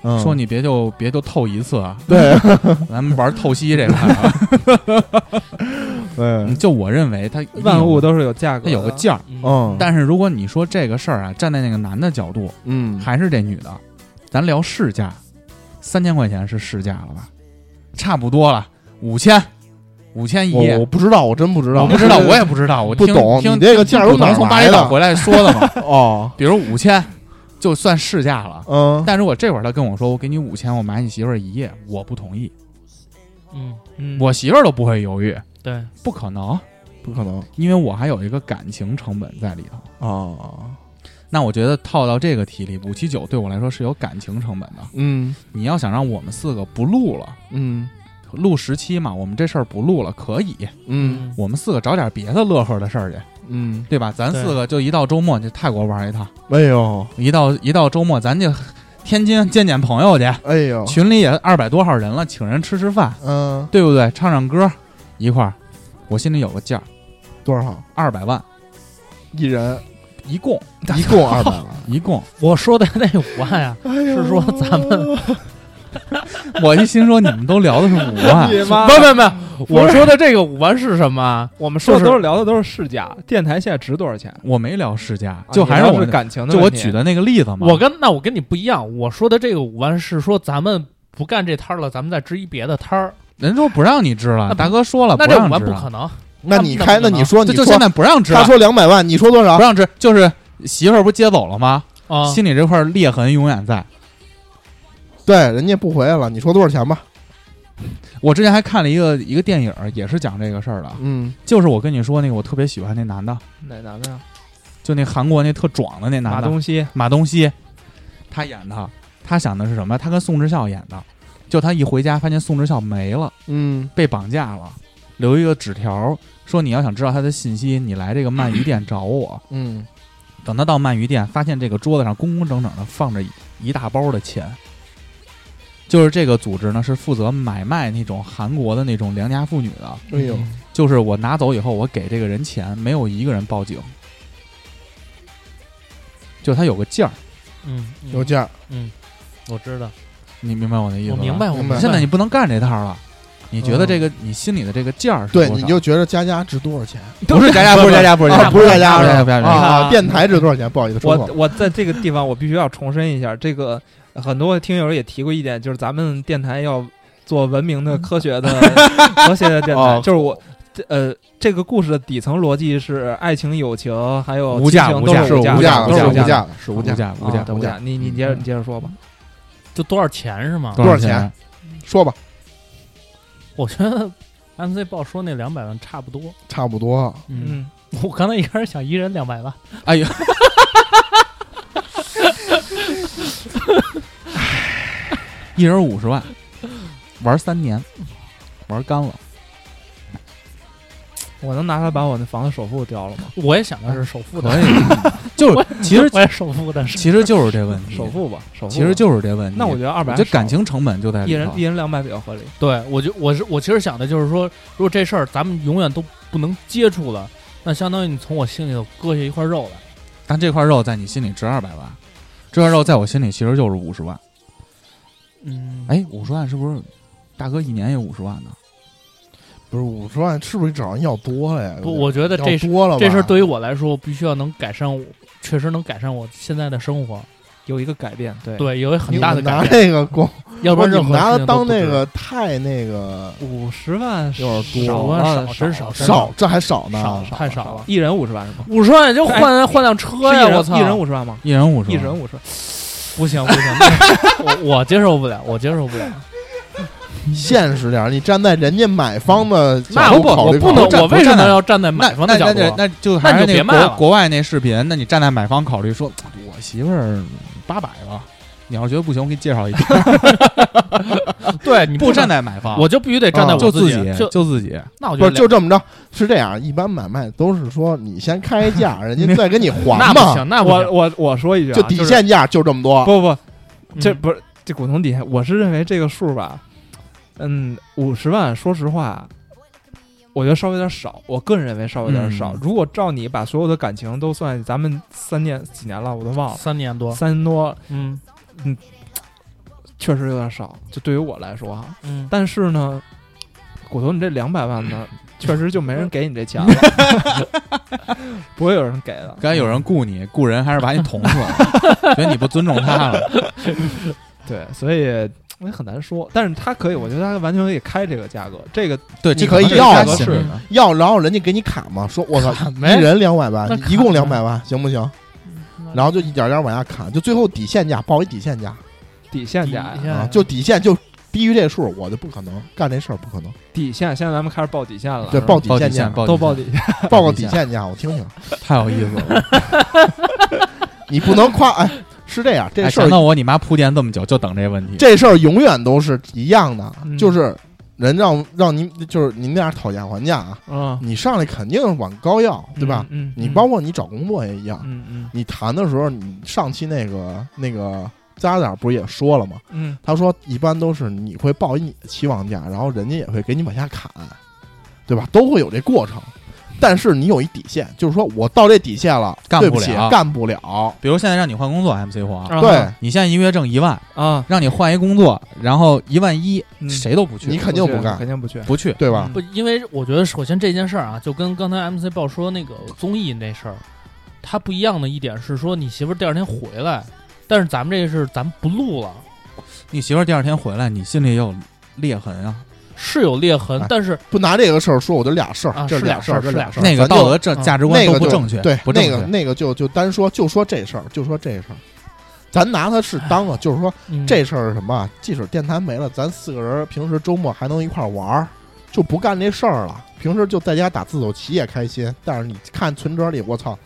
嗯
[laughs] 说你别就别就透一次啊，
对，
咱们玩透析这块儿啊。
对，
就我认为它一定有
万物都是有价格
它
的，
有个价儿，
嗯，
但是如果你说这个事儿啊，站在那个男的角度，
嗯，
还是这女的，咱聊市价，三千块钱是市价了吧？差不多了，五千，五千一夜
我我。不知道，我真不知道，
我不知道，我也不知道，我
不
听
懂
听
你这个价儿
有
从哪儿
从巴
来
厘岛
的
回来说的
[laughs]
嘛，
哦，
比如五千，就算市价了。
嗯，
[laughs] 但如果这会儿他跟我说，我给你五千，我买你媳妇儿一夜，我不同意，
嗯，
嗯
我媳妇儿都不会犹豫，
对，
不可能，
不可能
因为我还有一个感情成本在里头。
啊，
那我觉得套到这个题里，五七九对我来说是有感情成本的。
嗯
你要想让我们四个不录了，
嗯
录十期嘛，我们这事儿不录了，可以，
嗯
我们四个找点别的乐呵的事儿去，
嗯，
对吧？咱
对
四个就一到周末去泰国玩一趟，
哎呦，
一到一到周末咱就天津见见朋友去，
哎呦，
群里也二百多号人了，请人吃吃饭，
嗯，
对不对？唱唱歌，一块儿，我心里有个价，
多少
二百万，
一人？
一共
一共二百 [laughs] 万，
一共。
我说的那五万啊，是说咱们
我一心说你们都聊的是五万，
你妈
不不不，我说的这个五万是什么啊？
我们说的
就是
都是聊的都是市价，电台现在值多少钱？
我没聊市价，
[laughs] 啊
就还是
你要
我
是感情的
就我
问题
举的那个例子嘛。
我跟那我跟你不一样，我说的这个五万是说咱们不干这摊儿了，咱们再支一别的摊儿，
人说不让你支了，
那
大哥说了
那
啊不
这五
让
万
支
不
了，
可能。
那你开，那你说，
这
你
就
说，
现在不让支
他
了，
说两百万，你说多少
不？让支，就是媳妇儿不接走了吗？
啊，
心里这块裂痕永远在。
对，人家不回来了，你说多少钱吧？
我之前还看了一个一个电影，也是讲这个事儿的，
嗯
就是我跟你说那个我特别喜欢那男的，
哪男的呀？
就那韩国那特壮的那
马
男的
东锡，
马东锡，他演的，他想的是什么？他跟宋智孝演的，就他一回家发现宋智孝没了。
嗯
被绑架了，留一个纸条说你要想知道他的信息，你来这个鳗鱼店找我。
嗯，
等他到鳗鱼店，发现这个桌子上工工整整的放着一大包的钱。就是这个组织呢，是负责买卖那种韩国的那种良家妇女的。
哎呦，
就是我拿走以后，我给这个人钱，没有一个人报警。就他有个劲儿，
嗯，嗯
有价，
嗯，我知道，
你明白我的意思
我
吧？
明白，我
明白嗯
现在你不能干这套了，你觉得这个你心里的这个劲儿是多
对，
少？
你就觉得佳佳值多少钱？
不 [laughs] 是加加，不是加加，不是加
啊，
加，
不是佳佳
不是
是
加加，不
吧
是加加
啊
啊
啊，电台值多少钱？不好意思，说
我
错了。
我在这个地方我必须要重申一下，这个很多听友也提过意见，就是咱们电台要做文明的、科学
[laughs]
的、和谐的电台
哦，
就是我。这呃，这个故事的底层逻辑是爱情、友情，还有
无价
亲情
无
都
价
是
是
价
无
的，
价
都
的，
是
是
无
无
价
价的，是
无
无价的。
价无价嗯
啊对
无
无
价
价。你你接着你接着说吧，
就多少钱是吗？
啊
多少钱？说吧，
[laughs] 我觉得 MC 报说那两百万差不多。
差不多。
嗯，
嗯，
我刚才一开始想一人两百万，
哎呦，一人五十万，玩三年，玩干了。
我能拿它把我那房子首付交了吗？
我也想的是首付的，
可以， [laughs] 就是其实
[laughs] 我也首付的是。
其实就是这问题，
首付吧，首
嗯
付吧。
其实就是这问题。
那我觉得二百，
我觉得感情成本就在
一
里
人
头
一。人两百比较合理。
对，我就我是我其实想的就是说，如果这事儿咱们永远都不能接触了，那相当于你从我心里头割下一块肉来。
但这块肉在你心里值二百万，这块肉在我心里其实就是五十万。
嗯，
哎，五十万是不是大哥一年也五十万呢？
不是五十万，是不是找人要多了呀？
不，我觉得这
要
事
多了吧，
这事儿对于我来说，必须要能改善我，确实能改善我现在的生活。
有一个改变，对，
对，有一个
哎你
很大的
们拿
改变，
这个光，
要不然
你
任
们
何
拿
事
它
情
当
都不值
那个太那个
五十万
有点
少
多
了
少真
少
少
了
真
少，这还啊少呢。
少太少了，哎
一人五十万是吗？
五十万也就换换辆车
是一
呀！
人
我操，
一人五十万吗？
一人
嗯
五十，
一人五十万，
不行不行，那 [laughs] 我我接受不了，我接受不了。
[laughs] 现实点儿，你站在人家买方的
嗯那
角
我
度考
我
虑
不
考
能
虑，，
我为什么要站在
那
买方
那
的角
那
度？啊
那那就还
那
是
你就别
那
卖
个
了
国国外那视频，那你站在买方考虑说，我媳妇儿八百吧，你要是觉得不行，我给你介绍一家。
对你
不站
在，
在买方，
我就必须得站在
啊
我
就自
己。就
就自己。
那我
不
就是
就这么着？是这样，一般买卖都是说你先开一
[laughs]
价，人家再给你
那
还
不
嘛，
行，那不
我
行。
我我说一句啊，
就底
是
线价就这么多。
不不，这
嗯
不是这古铜底线，我是认为这个数吧，嗯，五十万，说实话，我觉得稍微有点少，我个人认为稍微有点少。
嗯
如果照你把所有的感情都算，咱
嗯
们三年几年了，我都忘了，
三年多，
三多，
嗯，
确实有点少，就对于我来说哈。
嗯，
但是呢，骨头，你这两百万呢，确实就没人给你这钱了，不会有人给的。
刚才有人雇你，雇人还是把你捅死了，觉得你不尊重他了。
对，所以我也很难说。但是他可以，我觉得他完全可以开这个价格，这个
对，
你
这
可以
能是
要
价
嘛
格心
是
理
的
的
要然后人家给你卡嘛，说我操，
没
一人两百万
那，
一
卡
共两
呗
百万，行不行？然后就一点点往下砍，就最后底线价报一底线价
底线价
底
呀，
线
啊
呀，
就底线就低于这数，我就不可能干这事儿，不可能。
底线。现在咱们开始嗯报底线了，
对，
是吧
报底
报
线
底
价
线，，
都
报
报
底
底线。
报
报
个
底
底
线
线价，我听听。
线，太有意思了。
你不能夸，哎，是这样， [laughs] 这
哎
事儿
想到我你妈铺垫这么久，就等这问题。
这事儿永远都是一样的，
嗯
就是人让让您就是您那样讨价还价啊，
嗯，
你上来肯定是往高要，对吧？
嗯？嗯，
你
嗯
包括你找工作也一样，
嗯嗯
你谈的时候，你上期那个那个渣渣不是也说了吗？
嗯，
他说一般都是你会报一你的期望价，然后人家也会给你往下砍，对吧？都会有这过程。但是你有一底线，就是说我到这底线了，
干
对
不
不起
了嗯
干不了。
比如现在让你换工作，MC 黄，
然后
对，
你现在一个月挣一万，
啊，
让你换一工作，然后一万一，
嗯
谁都不去，
你肯定不干
肯定不去。
不去。
对吧？
不，因为我觉得首先这件事儿啊，就跟刚才 MC 报说那个综艺那事儿，它不一样的一点是说，你媳妇儿第二天回来，但是咱们这是咱们不录了，
你媳妇儿第二天回来，你心里也有裂痕啊。
是有裂痕
哎，
但是
不拿这个事儿说，我就俩事儿，
啊
这
是
俩
俩
事儿，
事
这
儿
俩
是
事儿。
那个道
咱就啊
德正价值观
那
都
个
不
就
正确，
对，
不正
那个
确。
那个就就单说，就说这事儿，就说这事儿，咱拿它是当个，就是说
嗯
这事儿是什么啊？即使电台没了，咱四个人平时周末还能一块儿玩儿，就不干这事儿了。平时就在家打自走棋也开心，但是你看存折里，我操，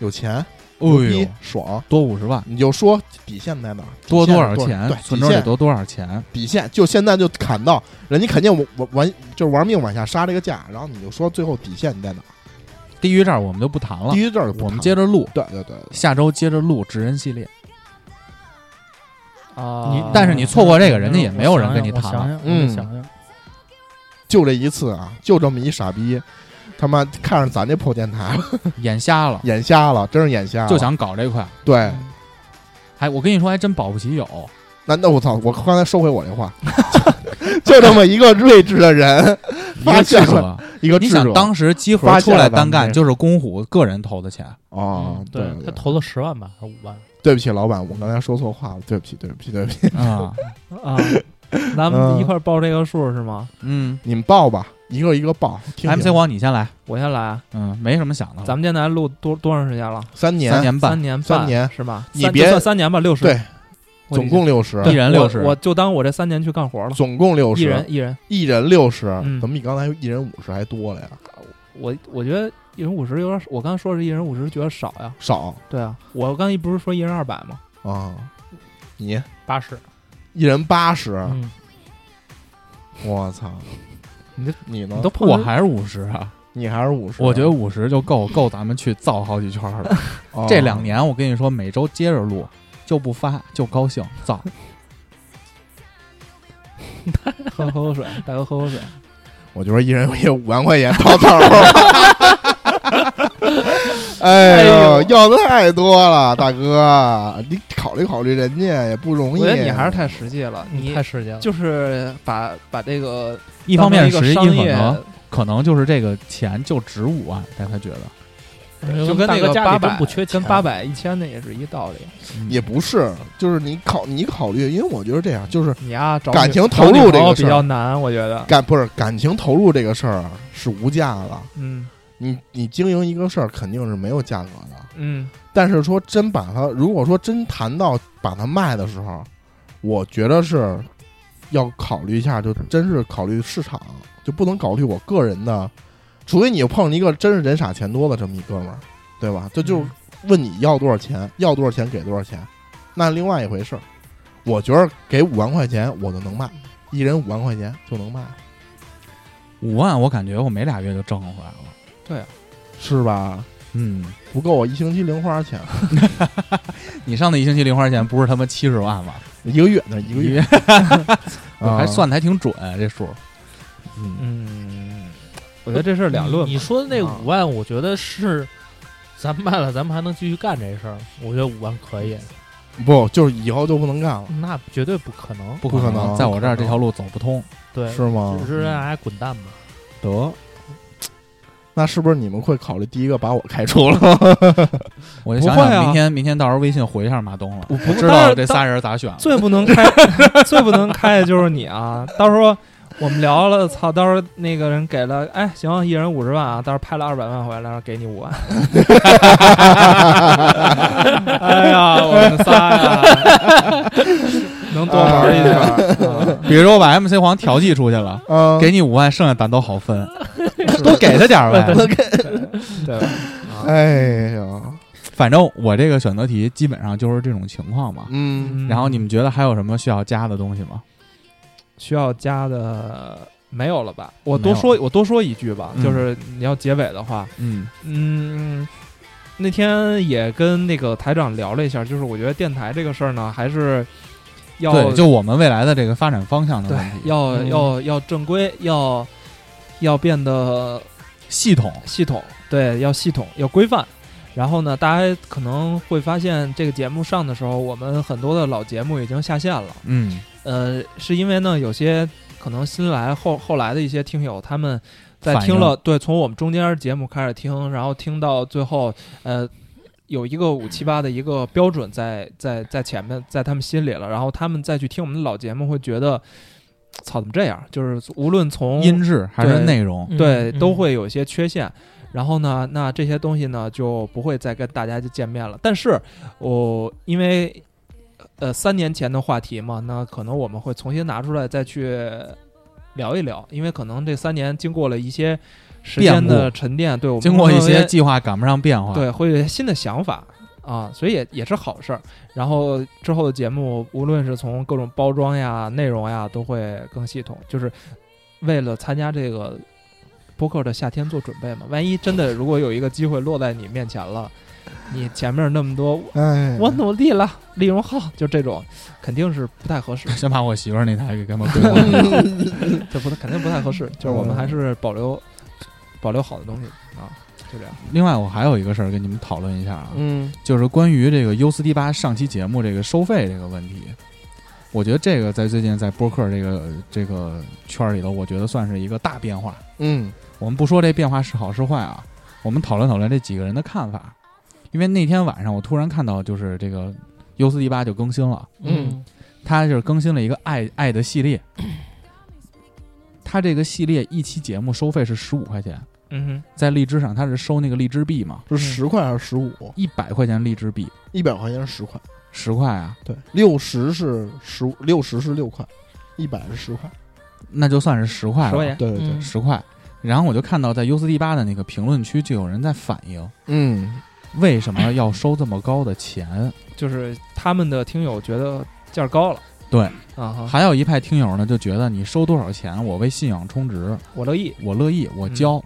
有钱，牛
哎
逼
呦，，
爽，
多五十万，
你就说底线在哪儿？底
多
线
多
是
少
多
钱
对，？
存
底
折里
线
多多少钱？
底线，就现在就砍到人家肯定玩玩就是玩命往下杀这个价，然后你就说最后底线你在哪儿？
低于这儿我们就不谈了
低，于这儿就不
我们
谈
接着录，
对对对，
下周接着录职人系
[laughs]
列。
啊，
你
但是你错过这个人家也没有人跟你
嗯我
谈
想
了啊
想，我得
嗯
想想，
就这一次啊，就这么一傻逼，他妈看上咱这破电台了，
眼瞎了，
眼瞎了，真是眼瞎了。
就想搞这块。
对，
还我跟你说，还真保不齐有。
那那我操，我刚才收回我这话，就这么一个睿智的人，
一
发
个智
现了 [laughs]
者，
一个
你
智
想
者
当时集合
发
出
现
来
了咱
单
们
干
这
就是公虎个人投的
[laughs]
钱，
哦，对
嗯对他投了十万吧，还是五万？
对不起老板，我刚才说错话了，对不起，对不起，对不起，
啊，
[laughs]
啊，咱们一块儿报这个数是吗？
嗯
你们报吧，一个一个报。听听
，MC 王你先来，
我先来啊，
嗯，没什么想的了，
咱们电台录多多长时间了？
三年
三年半
三，年半，
三年
是吧？
你
三
别
就算三年吧，六十
对，总共六十
对，一人
我
60
我就当我这三年去干活了，
总共六
一人
十，
一人，
一人六十，
嗯
怎么比刚才一人五十还多了呀？
我我觉得一人五十有点，我刚才说是一人五十，觉得少呀。
少
对啊，我刚才不是说一人二百吗？
啊，你
八十，
一人八十，
嗯，
我操！你你呢
你都碰
我
上
还是五十啊，
你还是五十？
我觉得五十就够够咱们去造好几圈了。
[laughs] 哦
这两年我跟你说，每周接着录，就不发就高兴
[laughs]
造，
喝喝口水，大哥喝口水。
我就说一人也五万块钱
[laughs]
到头儿。哎呦，要的太多了，大哥，你考虑考虑人家也不容易。
我觉得你还是太实际了，你
太世界了，
就是把把这个
一方面
当成
是
一啊
一
个
可
商业，
能可能就是这个钱就值五万，但他觉得
就
就跟那个
家
八
里真
百
不缺钱，
跟八百一千那也是一道理。
嗯
也不是，就是你考你考虑，因为我觉得这样就是
你啊，找
感
女
情投入
找女朋友
这个事儿
比较难，我觉得。
感不是感情投入这个事儿是无价的，
嗯
你你经营一个事儿肯定是没有价格的。
嗯，
但是说真把它，如果说真谈到把它卖的时候，我觉得是要考虑一下，就真是考虑市场，就不能考虑我个人的，除非你碰上一个真是人傻钱多的这么一哥们儿，对吧？这就
嗯
问你要多少钱，要多少钱给多少钱，那另外一回事儿。我觉得给五万块钱我就能卖，一人五万块钱就能卖，
五万，我感觉我没俩月就挣回来了。
是吧？
嗯，
不够我一星期零花钱，
你上那一星期零花钱不是他妈七十万吗？
一个月那一个月，
[laughs] 我
啊
还算的还挺准这数。
嗯，我觉得这事儿两论吧。
你说的那
啊
五万，我觉得是咱们卖了，咱们还能继续干这事儿，我觉得五万可以。
[laughs] 不就是以后就不能干了，
嗯
那绝对不可能。
不
不可
能，
能
在我这儿这条路走不通。
对，
是吗
只？是让大家滚蛋吧。
得，
那是不是你们会考虑第一个把我开除了？ [laughs]
我就
不
想
会啊
想明天，明天到时候微信回一下马东了，
我不
知道这仨人咋选了。
最不能开， [laughs] 最不能开的就是你啊！到时候我们聊了，操！到时候那个人给了，哎，行，一人五十万啊！到时候拍了二百万回来，然后给你五万。哎呀，我们仨呀，能多玩一点儿。啊
比如说我把 MC 黄调剂出去了，
嗯，
给你五万，剩下咱都好分，多给他点儿呗。
对吧，
哎呀，
反正我这个选择题基本上就是这种情况嘛。
嗯，
然后你们觉得还有什么需要加的东西吗？
需要加的没有了吧？我
没
多
有
说，我多说一句吧，
嗯
就是你要结尾的话，
嗯
嗯，那天也跟那个台长聊了一下，就是我觉得电台这个事儿呢，还是要
对，就我们未来的这个发展方向的
对
问题，
要、
嗯
要要正规，要要变得
系统，
系统，对，要系统，要规范。然后呢，大家可能会发现，这个节目上的时候，我们很多的老节目已经下线了。
嗯，
呃，是因为呢，有些可能新来后后来的一些听友，他们在
反应
听了对，从我们中间节目开始听，然后听到最后，呃，有一个五七八的一个标准在在在前面，在他们心里了，然后他们再去听我们的老节目，会觉得，操，怎么这样？就是无论从
音质还是
哦对
内容，
对，
嗯
都会有一些缺陷。然后呢，那这些东西呢就不会再跟大家就见面了。但是我、因为呃三年前的话题嘛，那可能我们会重新拿出来再去聊一聊，因为可能这三年经过了一些时间
变
的
故
沉淀，嗯对我们
经过一
会有
些计划赶不上变化，
对，会有一些新的想法啊，所以也也是好事儿。然后之后的节目，无论是从各种包装呀、内容呀，都会更系统，就是为了参加这个播客的夏天做准备嘛。万一真的如果有一个机会落在你面前了，你前面那么多，
哎，
我努力了，李荣浩就这种，肯定是不太合适，
先把我媳妇儿那台给
[laughs]
他们规划
嗯
了
这不肯定不太合适。就是我们还是保留保留好的东西啊，就这样。
另外，我还有一个事儿跟你们讨论一下啊，
嗯
就是关于这个 U 四 D 八上期节目这个收费这个问题。我觉得这个在最近在播客这个这个圈儿里头，我觉得算是一个大变化。
嗯
我们不说这变化是好是坏啊，我们讨论讨论这几个人的看法。因为那天晚上我突然看到，就是这个 U 四 D 八就更新了，啊
嗯
它就是更新了一个爱爱的系列。它这个系列一期节目收费是十五块钱，
嗯
在荔枝上它是收那个荔枝币嘛，
是十块还是十五？
一百块钱荔枝币
一百块钱是十块，
十块啊，
对，六十是十五，六十是六块，一百是十块，
那就算是十块
哼，
了，
十块钱，
对对对，
嗯
十块。然后我就看到在 U 四 D 八的那个评论区就有人在反映，
嗯，
为什么要收这么高的钱？
就是他们的听友觉得价儿高了。
对
啊哈，
还有一派听友呢就觉得你收多少钱，我为信仰充值，
我乐意。
我乐意，我
嗯
交。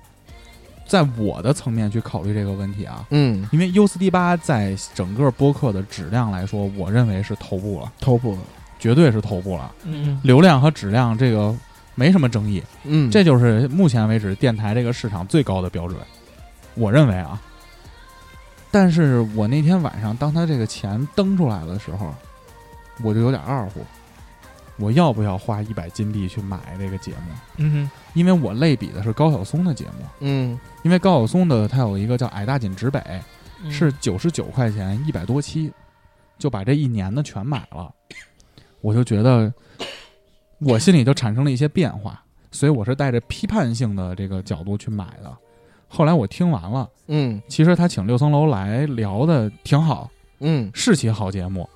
在我的层面去考虑这个问题啊，
嗯
因为 U 四 D 八在整个播客的质量来说，我认为是头部了，
，top，
绝对是头部了。
嗯
流量和质量这个没什么争议，
嗯，
这就是目前为止电台这个市场最高的标准，我认为啊。但是我那天晚上，当他这个钱登出来的时候，我就有点二乎，我要不要花一百金币去买这个节目？
嗯
因为我类比的是高晓松的节目，
嗯
因为高晓松的他有一个叫《矮大紧直北》，
嗯
是九十九块钱一百多期，就把这一年的全买了， [coughs] 我就觉得我心里就产生了一些变化，所以我是带着批判性的这个角度去买的。后来我听完了，
嗯
其实他请六层楼来聊的挺好，
嗯
是期好节目，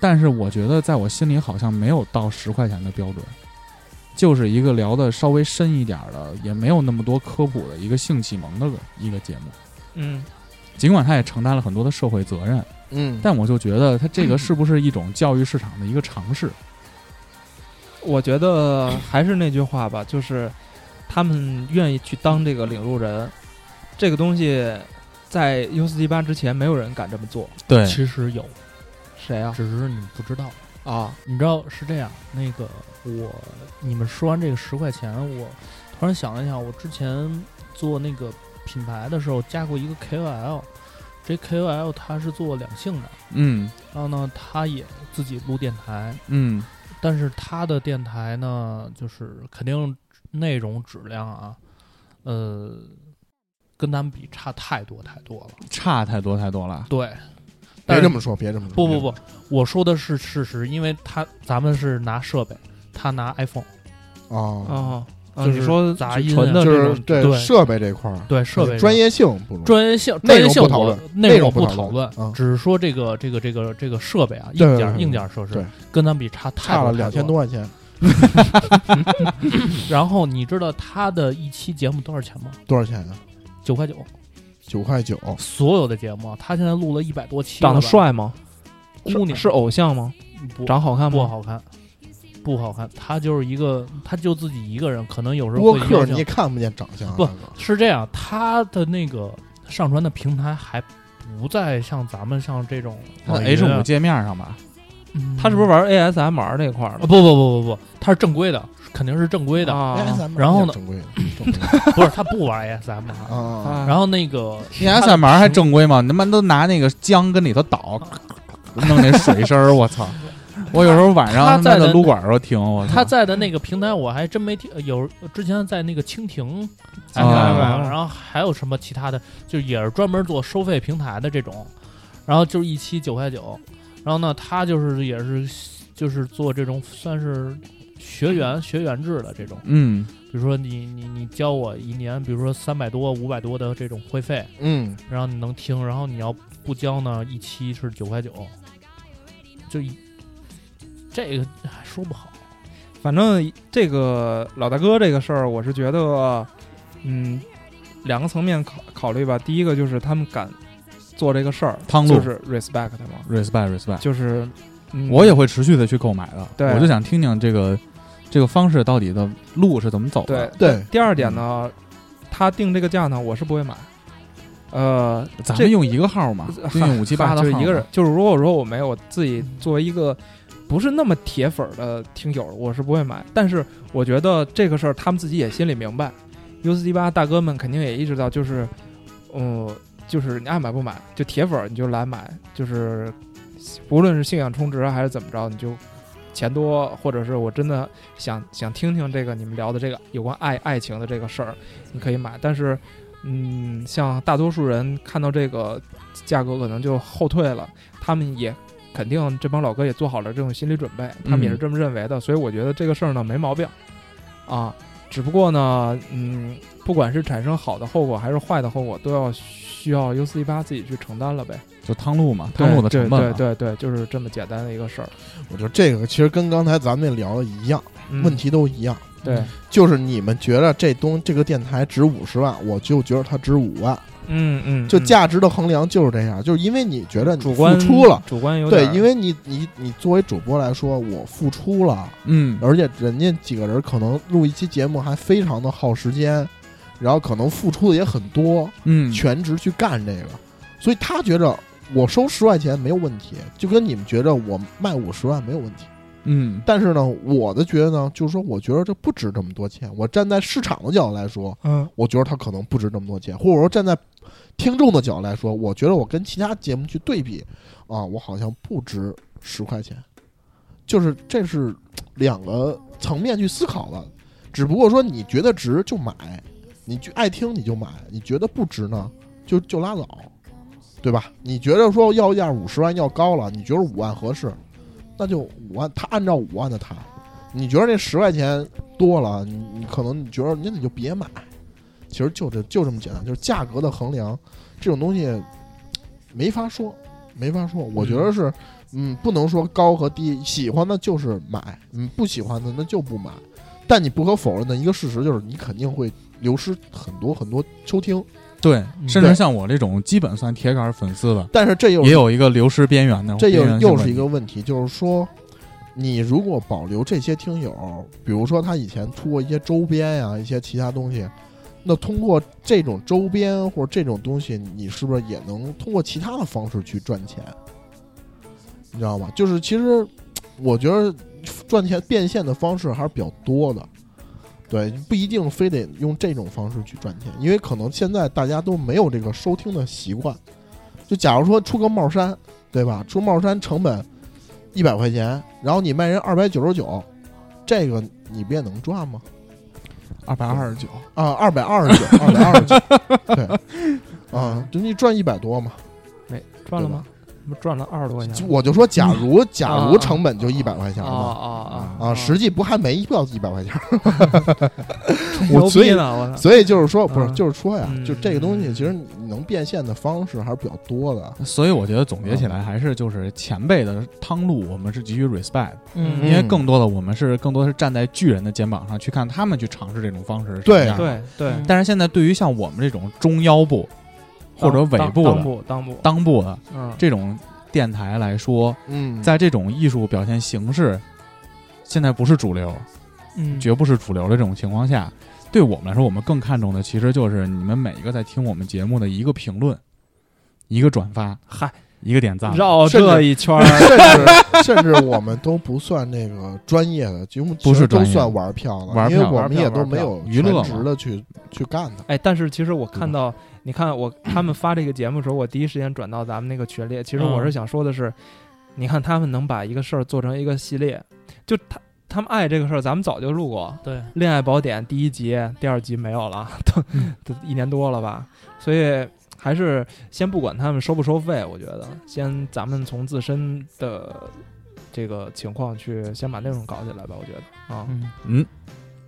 但是我觉得在我心里好像没有到十块钱的标准，就是一个聊的稍微深一点儿的，也没有那么多科普的一个性启蒙的一个节目。
嗯
尽管他也承担了很多的社会责任，
嗯，
但我就觉得它这个是不是一种教育市场的一个尝试？
我觉得还是那句话吧，就是他们愿意去当这个领路人，这个东西在 U 四 D 八之前没有人敢这么做。
对
其实有，
谁啊？
只是你不知道。
啊，
你知道是这样，那个我你们说完这个十块钱，我突然想了一想，我之前做那个品牌的时候加过一个 KOL，这 KOL 他是做两性的，
嗯
然后呢，他也自己录电台，
嗯
但是他的电台呢，就是肯定内容质量啊，呃，跟咱们比差太多太多了。
差太多太多了。
对，
别
但是
这么说，别这么说。
不不不，我说的是事实，因为他咱们是拿设备，他拿 iPhone，
不啊，
哦，啊
就
你
是
说
杂音
纯
啊
的
就
这
是
种
对
对
设备这块儿，
对设备
专业性不容。
专业性
内
专
容
业性
不讨
我
论内
内
容
容
不
不
讨
讨
论
论
啊，
只是说这个这个这个这个设备啊，
对
硬
对
件
对
硬件设
对
施跟咱比差太
差了
多
两
太
千
多
多块钱，
了。然后你知道他的一期节目多少钱吗？
多少钱啊？
九块九。
九块九，
所有的节目啊，他现在录了一百多期了
长
吧，
得帅吗？是
姑娘
是偶像吗？
不
长好看
不
吗？
好看，不好看。他就是一个，他就自己一个人，可能有时候
播
会
客
邀
你也
请
看不见长相啊，
不
大哥
是这样，他的那个上传的平台还不再像咱们像这种
它
网
的
易
H
云啊
五界面上吧，
嗯
他是不是玩 ASMR 这块儿
啊
的？
不不不不不，他是正规的，肯定是正规的，
啊，
ASMR
然后呢
正规的正规
[laughs]
的
不是他不玩 ASM 啊。
啊，
啊
然后那个
ASMR 还正规吗？你他妈都拿那个姜跟里头倒，弄那水声儿，我操！我有时候晚上
他
他妈
在
的
的
撸管儿都听，我操
他在的那个平台我还真没听，呃有之前在那个蜻蜓，
啊
然后还有什么其他的，就是也是专门做收费平台的这种，然后就是一期九块九，然后呢，他就是也是就是做这种算是学员学员制的这种，
嗯
比如说你你你教我一年，比如说三百多五百多的这种会费，
嗯，
然后你能听，然后你要不交呢，一期是九块九，就一这个哎说不好，
反正这个老大哥这个事儿，我是觉得，嗯，两个层面考考虑吧。第一个就是他们敢做这个事儿，
汤路
就是 respect 嘛，
，respect respect，
就是、嗯
我也会持续的去购买的。
对
我就想听听这个这个方式到底的路是怎么走
对
的。
对，
第二点呢，
嗯
他定这个价呢，我是不会买。呃，
咱
这
们用一个号嘛，就用五七八
哈
的
就是
号
一个
嘛
人，，就是如果说我没有我自己作为一个不是那么铁粉儿的听友，我是不会买。但是我觉得这个事儿他们自己也心里明白，U 四 D 八大哥们肯定也意识到，就是，嗯，就是你爱买不买，就铁粉儿你就来买，就是无论是信仰充值啊还是怎么着，你就。钱多，或者是我真的想想听听这个你们聊的这个有关爱爱情的这个事儿，你可以买。但是，嗯，像大多数人看到这个价格可能就后退了。他们也肯定这帮老哥也做好了这种心理准备，他们
嗯
也是这么认为的，所以我觉得这个事儿呢没毛病啊。只不过呢，嗯，不管是产生好的后果还是坏的后果，都要需要 U 四一八自己去承担了呗。
就汤路嘛，汤路的成本
对
嘛。
对对对，就是这么简单的一个事儿。
我觉得这个其实跟刚才咱们那聊的一样，
嗯
问题嗯都一样，
对，
就是你们觉得这东这个电台值五十万，我就觉得它值五万，
嗯嗯，
就
嗯
价值的衡量就是这样，就是因为你觉得你
主
付
观
出了，，
主观有
对
点，
因为你你你作为主播来说，我付出了，
嗯，
而且人家几个人可能录一期节目还非常的耗时间，然后可能付出的也很多，
嗯，
全职去干这个，所以他觉着我收十块钱没有问题，就跟你们觉着我卖五十万没有问题。
嗯
但是呢，我的觉得呢，就是说，我觉得这不值这么多钱。我站在市场的角度来说，
嗯
我觉得它可能不值这么多钱，或者说站在听众的角度来说，我觉得我跟其他节目去对比，啊，我好像不值十块钱。就是这是两个层面去思考的，只不过说你觉得值就买，你就爱听你就买，你觉得不值呢，就就拉倒，对吧？你觉得说要价五十万要高了，你觉得五万合适，那就五万，他按照五万的谈。你觉得这十块钱多了，你你可能你觉得那你就别买，其实就这就这么简单，就是价格的衡量，这种东西没法说，没法说。我觉得是，嗯，不能说高和低，喜欢的就是买，嗯，不喜欢的那就不买。但你不可否认的一个事实就是，你肯定会流失很多很多收听，
对，
嗯
甚
对
至像我这种基本算铁杆粉丝的，
但是这又
也有一个流失边缘的，
这
边
又
缘性
又
问
是
题
一个问题，就是说，你如果保留这些听友，比如说他以前出过一些周边呀、一些其他东西，那通过这种周边或者这种东西，你是不是也能通过其他的方式去赚钱？你知道吗？就是其实我觉得赚钱变现的方式还是比较多的。对，不一定非得用这种方式去赚钱，因为可能现在大家都没有这个收听的习惯，就假如说出个帽衫，对
嗯
吧？出帽衫成本一百块钱，然后你卖人二百九十九，这个你不也能赚吗？
二百二十九，
啊，二百二十
[laughs]
九，二百二十九，对，啊，就你赚一百多嘛。
没赚了吗？我们赚了二十多块
就
钱。
我就说，假如
[laughs]
假如
啊
成本就一百块
啊
钱嘛，
啊啊
啊，实际不还没到一百
[laughs]
块钱？
牛
我所
逼
以
呢，我操！
所以就是说，不是，
啊
就是说呀，
嗯
就这个东西，其实你能变现的方式还是比较多的。
所以我觉得总结起来还是就是前辈的汤路，我们是给予 respect，
嗯
因为
嗯
更多的我们是更多的是站在巨人的肩膀上去看他们去尝试这种方式是
对
什么样的。
对对，
嗯
但是现在对于像我们这种中腰部或者尾部
当
的
部当部，
裆部的
嗯，
这种电台来说，
嗯
在这种艺术表现形式现在不是主流，
嗯
绝不是主流的这种情况下，对我们来说，我们更看重的其实就是你们每一个在听我们节目的一个评论、一个转发、
嗨，
一个点赞，
绕
甚
这
至嗯
一
啊
圈儿，
[laughs] 甚至甚至我们都不算那个专业的，节目
不是
都
专业
算玩票了，
玩
因为
票
我
玩
们
票
也都
玩
没
票
有
娱乐
全
嘛
职的去去干它。
哎，但是其实我
嗯
看到，你看我他们发这个节目的时候，我第一时间转到咱们那个群里。其实我
嗯
是想说的是，你看他们能把一个事儿做成一个系列，就他他们爱这个事儿，咱们早就录过《
对，
恋爱宝典》第一集、第二集没有了， [laughs] 都都一年多了吧，所以。还是先不管他们收不收费，我觉得先咱们从自身的这个情况去先把内容搞起来吧，我觉得啊，
嗯
嗯，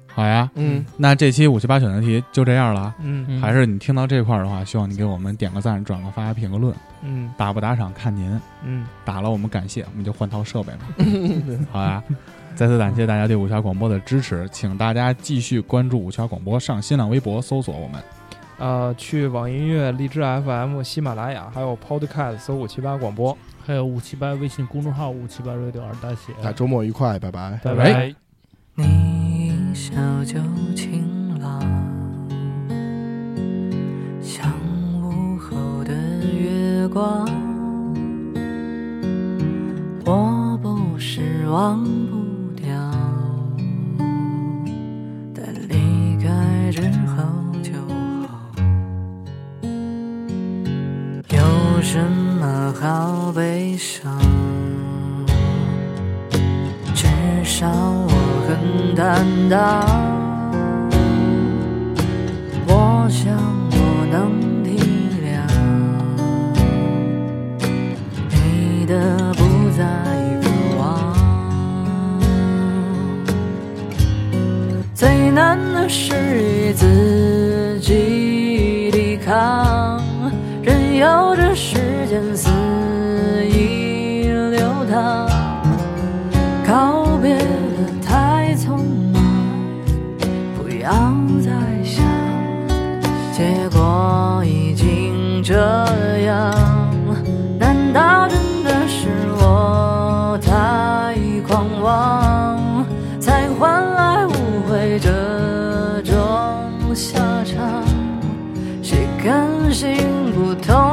好呀，
嗯，
那这期五七八选择题就这样了啊。
嗯
嗯
还是你听到这块儿的话，希望你给我们点个赞、转个发、评个论，
嗯
打不打赏看您，
嗯，
打了我们感谢，我们就换套设备了，好呀。再次感谢大家对五七八广播的支持，请大家继续关注五七八广播，上新浪微博搜索我们。
呃，去网易音乐、荔枝 FM、喜马拉雅，还有 Podcast 搜五七八广播。
还有五七八微信公众号五七八 radio 二大写，
那哎周末愉快，拜拜。
拜
拜
拜。
你一笑就晴朗，像午后的月光。我不是忘不掉，但离开之后就好。有什么好悲伤？至少我很坦荡。我想我能体谅你的不再渴望。最难的是与自己抵抗，任由这时间肆意流淌。告别的太匆忙，不要再想，结果已经这样。难道真的是我太狂妄，才换来误会这种下场？谁甘心不痛